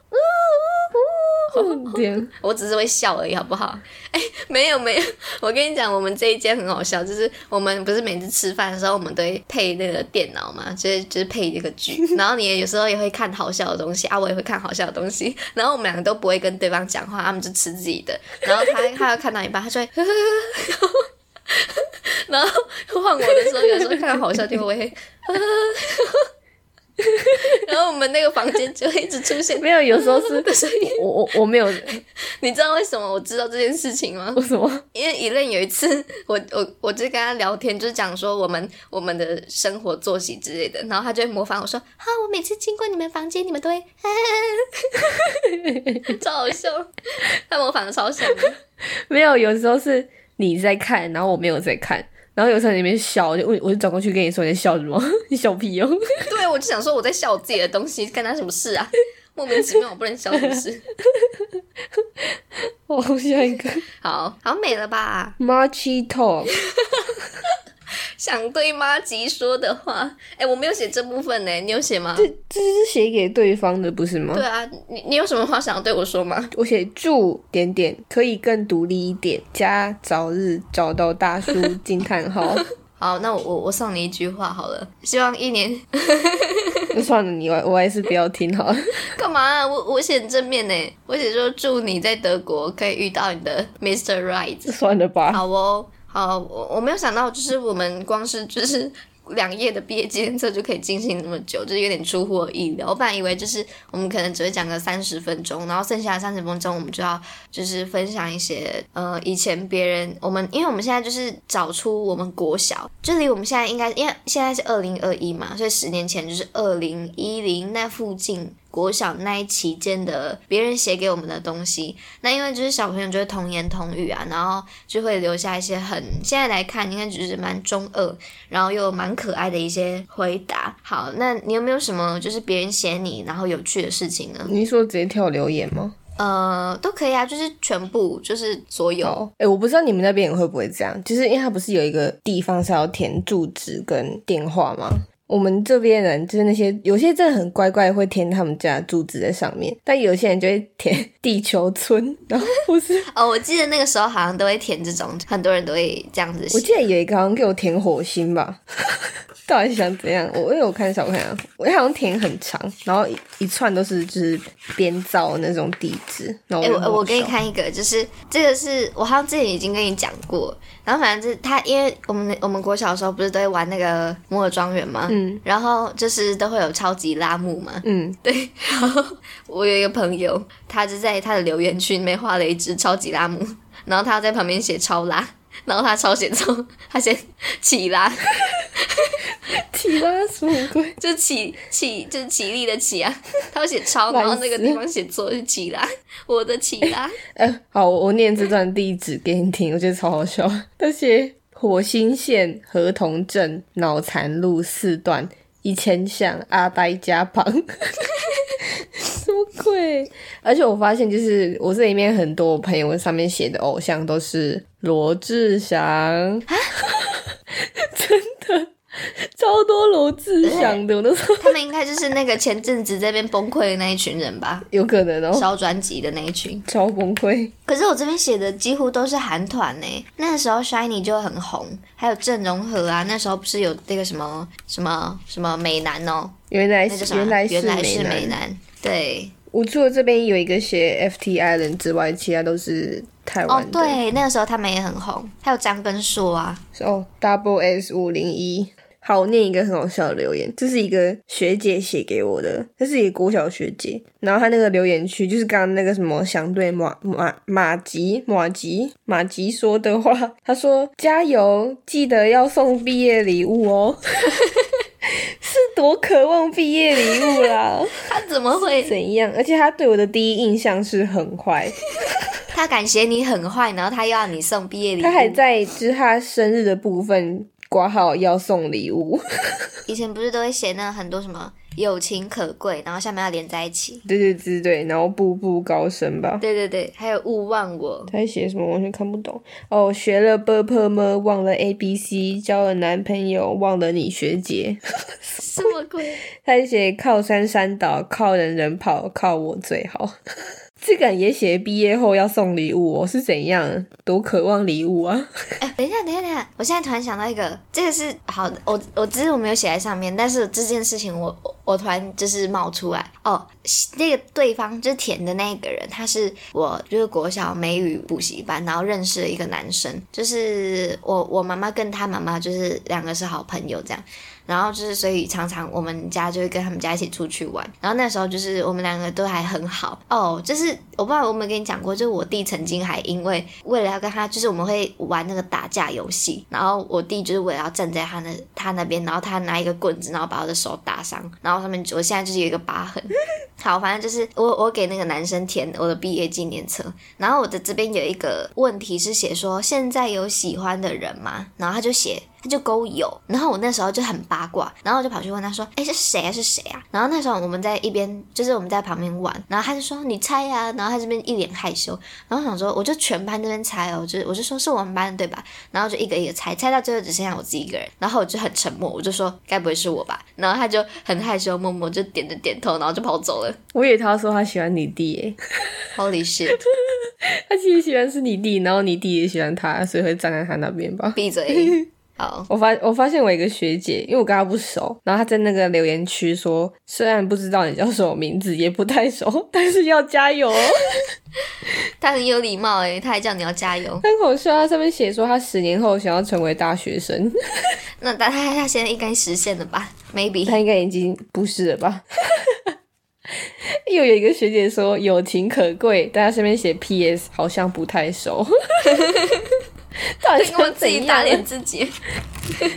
[SPEAKER 2] 这样
[SPEAKER 1] 我只是会笑而已，好不好？ *laughs* 哎、没有没有，我跟你讲，我们这一间很好笑，就是我们不是每次吃饭的时候，我们都会配那个电脑嘛，就是就是配这个剧，然后你有时候也会看好笑的东西啊，我也会看好笑的东西，然后我们两个都不会跟对方讲话，他们就吃自己的，然后他他要看到一半，他就会 *laughs* 然后换我的时候，有时候看到好笑就会， *laughs* 然后我们那个房间就会一直出现
[SPEAKER 2] 没有，有时候是
[SPEAKER 1] 的 *laughs* 声音。
[SPEAKER 2] 我我我没有
[SPEAKER 1] 你知道为什么我知道这件事情吗？
[SPEAKER 2] 为什么
[SPEAKER 1] 因为一任有一次， *laughs* 我我我就跟他聊天，就是讲说我们我们的生活作息之类的，然后他就会模仿我说：“哈、我每次经过你们房间，你们都会， *laughs* 超好笑。”他模仿的超像的，
[SPEAKER 2] 没有，有时候是你在看，然后我没有在看，然后有时候你在那边笑，我就我我就转过去跟你说你在笑什么， *laughs* 你笑屁哦。
[SPEAKER 1] 对我就想说我在笑我自己的东西，干他什么事啊？莫名其妙，我不能笑什么事？
[SPEAKER 2] 我下一个
[SPEAKER 1] 好好美了吧？
[SPEAKER 2] Marchy Talk，
[SPEAKER 1] 想对妈吉说的话，哎、我没有写这部分呢，你有写吗？
[SPEAKER 2] 这是写给对方的，不是吗
[SPEAKER 1] 对？啊，你你有什么话想要对我说吗？
[SPEAKER 2] 我写祝点点可以更独立一点，加早日找到大叔惊叹号。 *laughs*
[SPEAKER 1] 好，那我我我送你一句话好了，希望一年 *laughs*
[SPEAKER 2] 那算了，你我我还是不要听好了。
[SPEAKER 1] 干嘛啊、我我写很正面呢，我写说祝你在德国可以遇到你的 Mr. Right。
[SPEAKER 2] 算了吧，
[SPEAKER 1] 好哦，好，我我没有想到，就是我们光是就是两页的毕业纪念册就可以进行那么久，就是有点出乎我意料。我本来以为就是我们可能只会讲个三十分钟，然后剩下的三十分钟我们就要就是分享一些呃以前别人我们，因为我们现在就是找出我们国小，就离我们现在应该因为现在是二零二一嘛，所以十年前就是二零一零那附近。国小那一期间的别人写给我们的东西，那因为就是小朋友就会童言童语啊，然后就会留下一些很现在来看应该只是蛮中二，然后又蛮可爱的一些回答。好，那你有没有什么就是别人写你然后有趣的事情呢？
[SPEAKER 2] 你是说直接跳留言吗？
[SPEAKER 1] 呃，都可以啊，就是全部，就是所有。
[SPEAKER 2] 哦，哎、我不知道你们那边会不会这样，就是因为它不是有一个地方是要填住址跟电话吗？我们这边人就是那些有些真的很乖乖，会填他们家的住址在上面，但有些人就会填 *laughs* 地球村，然后不 *laughs* 是，
[SPEAKER 1] 哦，我记得那个时候好像都会填这种，很多人都会这样子
[SPEAKER 2] 我
[SPEAKER 1] 写。
[SPEAKER 2] 记得有一个好像给我填火星吧， *laughs* 到底想怎样？我因为我看小看啊，我好像填很长，然后一一串都是就是编造那种地址，然后
[SPEAKER 1] 哎、
[SPEAKER 2] 就很
[SPEAKER 1] 我我
[SPEAKER 2] 好
[SPEAKER 1] 给你
[SPEAKER 2] 笑，
[SPEAKER 1] 看一个，就是这个是我好像之前已经跟你讲过，然后反正就是他，因为我们我们国小的时候不是都会玩那个摩尔庄园嘛，
[SPEAKER 2] 嗯
[SPEAKER 1] 然后就是都会有超级拉木嘛， *laughs*
[SPEAKER 2] 嗯，
[SPEAKER 1] 对，然后我有一个朋友，他就在他的留言区里面画了一只超级拉姆，然后他在旁边写超拉，然后他抄写错，他写起拉，
[SPEAKER 2] 提拉什么鬼？
[SPEAKER 1] 就起起就是起立的起啊，他写超，
[SPEAKER 2] 烦
[SPEAKER 1] 然
[SPEAKER 2] 死
[SPEAKER 1] 后那个地方写错是起拉，我的起拉，
[SPEAKER 2] 呃，好，我念这段地址给你听，我觉得超好笑。 *laughs* 那些火星县河童镇脑残路四段一千巷阿呆家 *laughs* 旁，什么鬼？而且我发现，就是我这里面很多朋友上面写的偶像都是罗志祥，
[SPEAKER 1] 啊
[SPEAKER 2] *laughs* 真的超多罗志祥的，我那时候 *laughs*
[SPEAKER 1] 他们应该就是那个前阵子在那边崩溃的那一群人吧，
[SPEAKER 2] 有可能哦，
[SPEAKER 1] 烧专辑的那一群。
[SPEAKER 2] 超崩溃。
[SPEAKER 1] 可是我这边写的几乎都是韩团呢，那个时候 Shiny 就很红，还有郑容和啊，那时候不是有那个什么什么什么美男哦，
[SPEAKER 2] 原来
[SPEAKER 1] 那叫
[SPEAKER 2] 是
[SPEAKER 1] 什么？
[SPEAKER 2] 来
[SPEAKER 1] 原来是
[SPEAKER 2] 美
[SPEAKER 1] 美
[SPEAKER 2] 男。
[SPEAKER 1] 男，对，
[SPEAKER 2] 我除了这边有一个写 FTI 人之外，其他都是台
[SPEAKER 1] 哦
[SPEAKER 2] 湾的。
[SPEAKER 1] 对，那个时候他们也很红，还有张根硕啊，
[SPEAKER 2] 哦，Double S 五零一。好，我念一个很好笑的留言，这是一个学姐写给我的，这是一个国小学姐，然后她那个留言区就是刚刚那个什么想对马马马吉马吉马吉说的话，她说加油，记得要送毕业礼物哦， *laughs* 是多渴望毕业礼物啦，
[SPEAKER 1] 他怎么会？
[SPEAKER 2] 怎样？而且她对我的第一印象是很坏，
[SPEAKER 1] 他感谢你很坏，然后他又要你送毕业礼物。
[SPEAKER 2] 他还在就是他生日的部分挂号要送礼物， *laughs*
[SPEAKER 1] 以前不是都会写那很多什么友情可贵，然后下面要连在一起。
[SPEAKER 2] 对对对对，然后步步高升吧。
[SPEAKER 1] 对对对，还有勿忘我，
[SPEAKER 2] 他在写什么完全看不懂哦，学了 b p m e 忘了 a b c，交了男朋友忘了你学姐， *laughs*
[SPEAKER 1] 什么鬼？
[SPEAKER 2] 他在写靠山山倒，靠人人跑，靠我最好。 *laughs* 这个也写毕业后要送礼物、哦，是怎样？多渴望礼物啊！ *laughs*
[SPEAKER 1] 哎、等一下，等一下，等一下！我现在突然想到一个，这个是好的，我我只是我没有写在上面，但是这件事情我我我突然就是冒出来哦，那个对方就是填的那个人，他是我就是国小美语补习班，然后认识了一个男生，就是我我妈妈跟他妈妈就是两个是好朋友这样。然后就是，所以常常我们家就会跟他们家一起出去玩。然后那时候就是我们两个都还很好哦，就是我不知道我有没有跟你讲过，就是我弟曾经还因为为了要跟他，就是我们会玩那个打架游戏，然后我弟就是为了要站在他那他那边，然后他拿一个棍子，然后把我的手打伤，然后他们我现在就是有一个疤痕。好，反正就是我我给那个男生填我的毕业纪念册，然后我的这边有一个问题是写说现在有喜欢的人吗？然后他就写他就勾有，然后我那时候就很八卦，然后我就跑去问他说，哎是谁啊是谁啊？然后那时候我们在一边就是我们在旁边玩，然后他就说你猜啊，然后他这边一脸害羞，然后我想说我就全班这边猜哦，就是我就说是我们班对吧？然后就一个一个猜，猜到最后只剩下我自己一个人，然后我就很沉默，我就说该不会是我吧？然后他就很害羞，默默就点着点头，然后就跑走
[SPEAKER 2] *laughs*
[SPEAKER 1] 了。
[SPEAKER 2] 我以为他说他喜欢你弟耶， *laughs*
[SPEAKER 1] Holy shit！
[SPEAKER 2] 他其实喜欢是你弟，然后你弟也喜欢他，所以会站在他那边吧。
[SPEAKER 1] 闭嘴。好，
[SPEAKER 2] 我发我发现我有一个学姐，因为我跟她不熟，然后她在那个留言区说，虽然不知道你叫什么名字，也不太熟， *laughs* 但是要加油 *laughs* 哦。。
[SPEAKER 1] 他很有礼貌欸诶，他还叫你要加油
[SPEAKER 2] 很好笑，她上面写说她十年后想要成为大学生，
[SPEAKER 1] 那但他他现在应该实现了吧？Maybe。
[SPEAKER 2] *laughs* *laughs* 她应该已经不是了吧？ *laughs* 又有一个学姐说友情可贵，但她上面写 P.S. 好像不太 *laughs* 熟，到底
[SPEAKER 1] 跟我
[SPEAKER 2] 想
[SPEAKER 1] 自己
[SPEAKER 2] 怎
[SPEAKER 1] 打
[SPEAKER 2] 样
[SPEAKER 1] 脸？自己。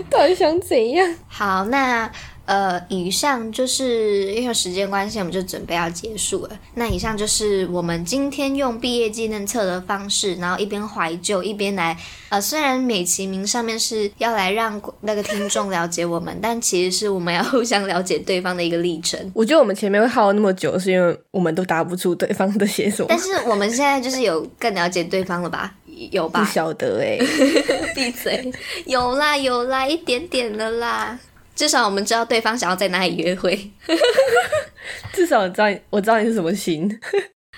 [SPEAKER 2] 到底想怎样？
[SPEAKER 1] 好，那呃，以上就是因为时间关系，我们就准备要结束了。那以上就是我们今天用毕业纪念册的方式，然后一边怀旧一边来。呃，虽然美其名上面是要来让那个听众了解我们，但其实是我们要互相了解对方的一个历
[SPEAKER 2] *laughs*
[SPEAKER 1] 程。
[SPEAKER 2] 我觉得我们前面会耗那么久，是因为我们都答不出对方的写什么 *laughs*
[SPEAKER 1] 但，是我们现在就是有更了解对方了吧？有
[SPEAKER 2] 不
[SPEAKER 1] 吧？
[SPEAKER 2] *laughs* 晓得哎、
[SPEAKER 1] 闭嘴！有啦有啦，一点点了啦。至少我们知道对方想要在哪里约会。
[SPEAKER 2] 至少我知道你我知道你是什么型。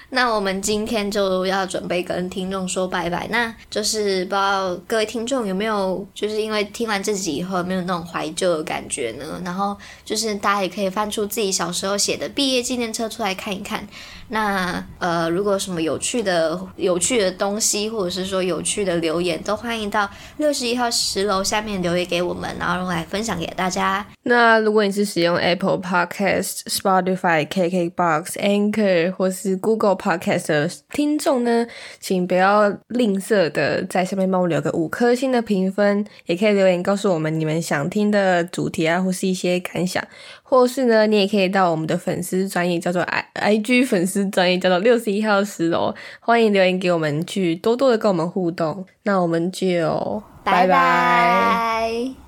[SPEAKER 1] 那我们今天就要准备跟听众说拜拜，那就是不知道各位听众有没有，就是因为听完这集以后，有没有那种怀旧的感觉呢？然后就是大家也可以翻出自己小时候写的毕业纪念册出来看一看。那呃，如果有什么有趣的、有趣的东西，或者是说有趣的留言，都欢迎到六十一号十楼下面留言给我们，然后来分享给大家。
[SPEAKER 2] *laughs* 那如果你是使用 Apple Podcast、Spotify、KKBox、Anchor 或是 Google Podcast 的听众呢，请不要吝啬的在下面帮我留个五颗星的评分，也可以留言告诉我们你们想听的主题啊，或是一些感想，或是呢，你也可以到我们的粉丝专业叫做 I I G 粉丝专业叫做六十一号十楼，欢迎留言给我们去多多的跟我们互动。那我们就
[SPEAKER 1] 拜拜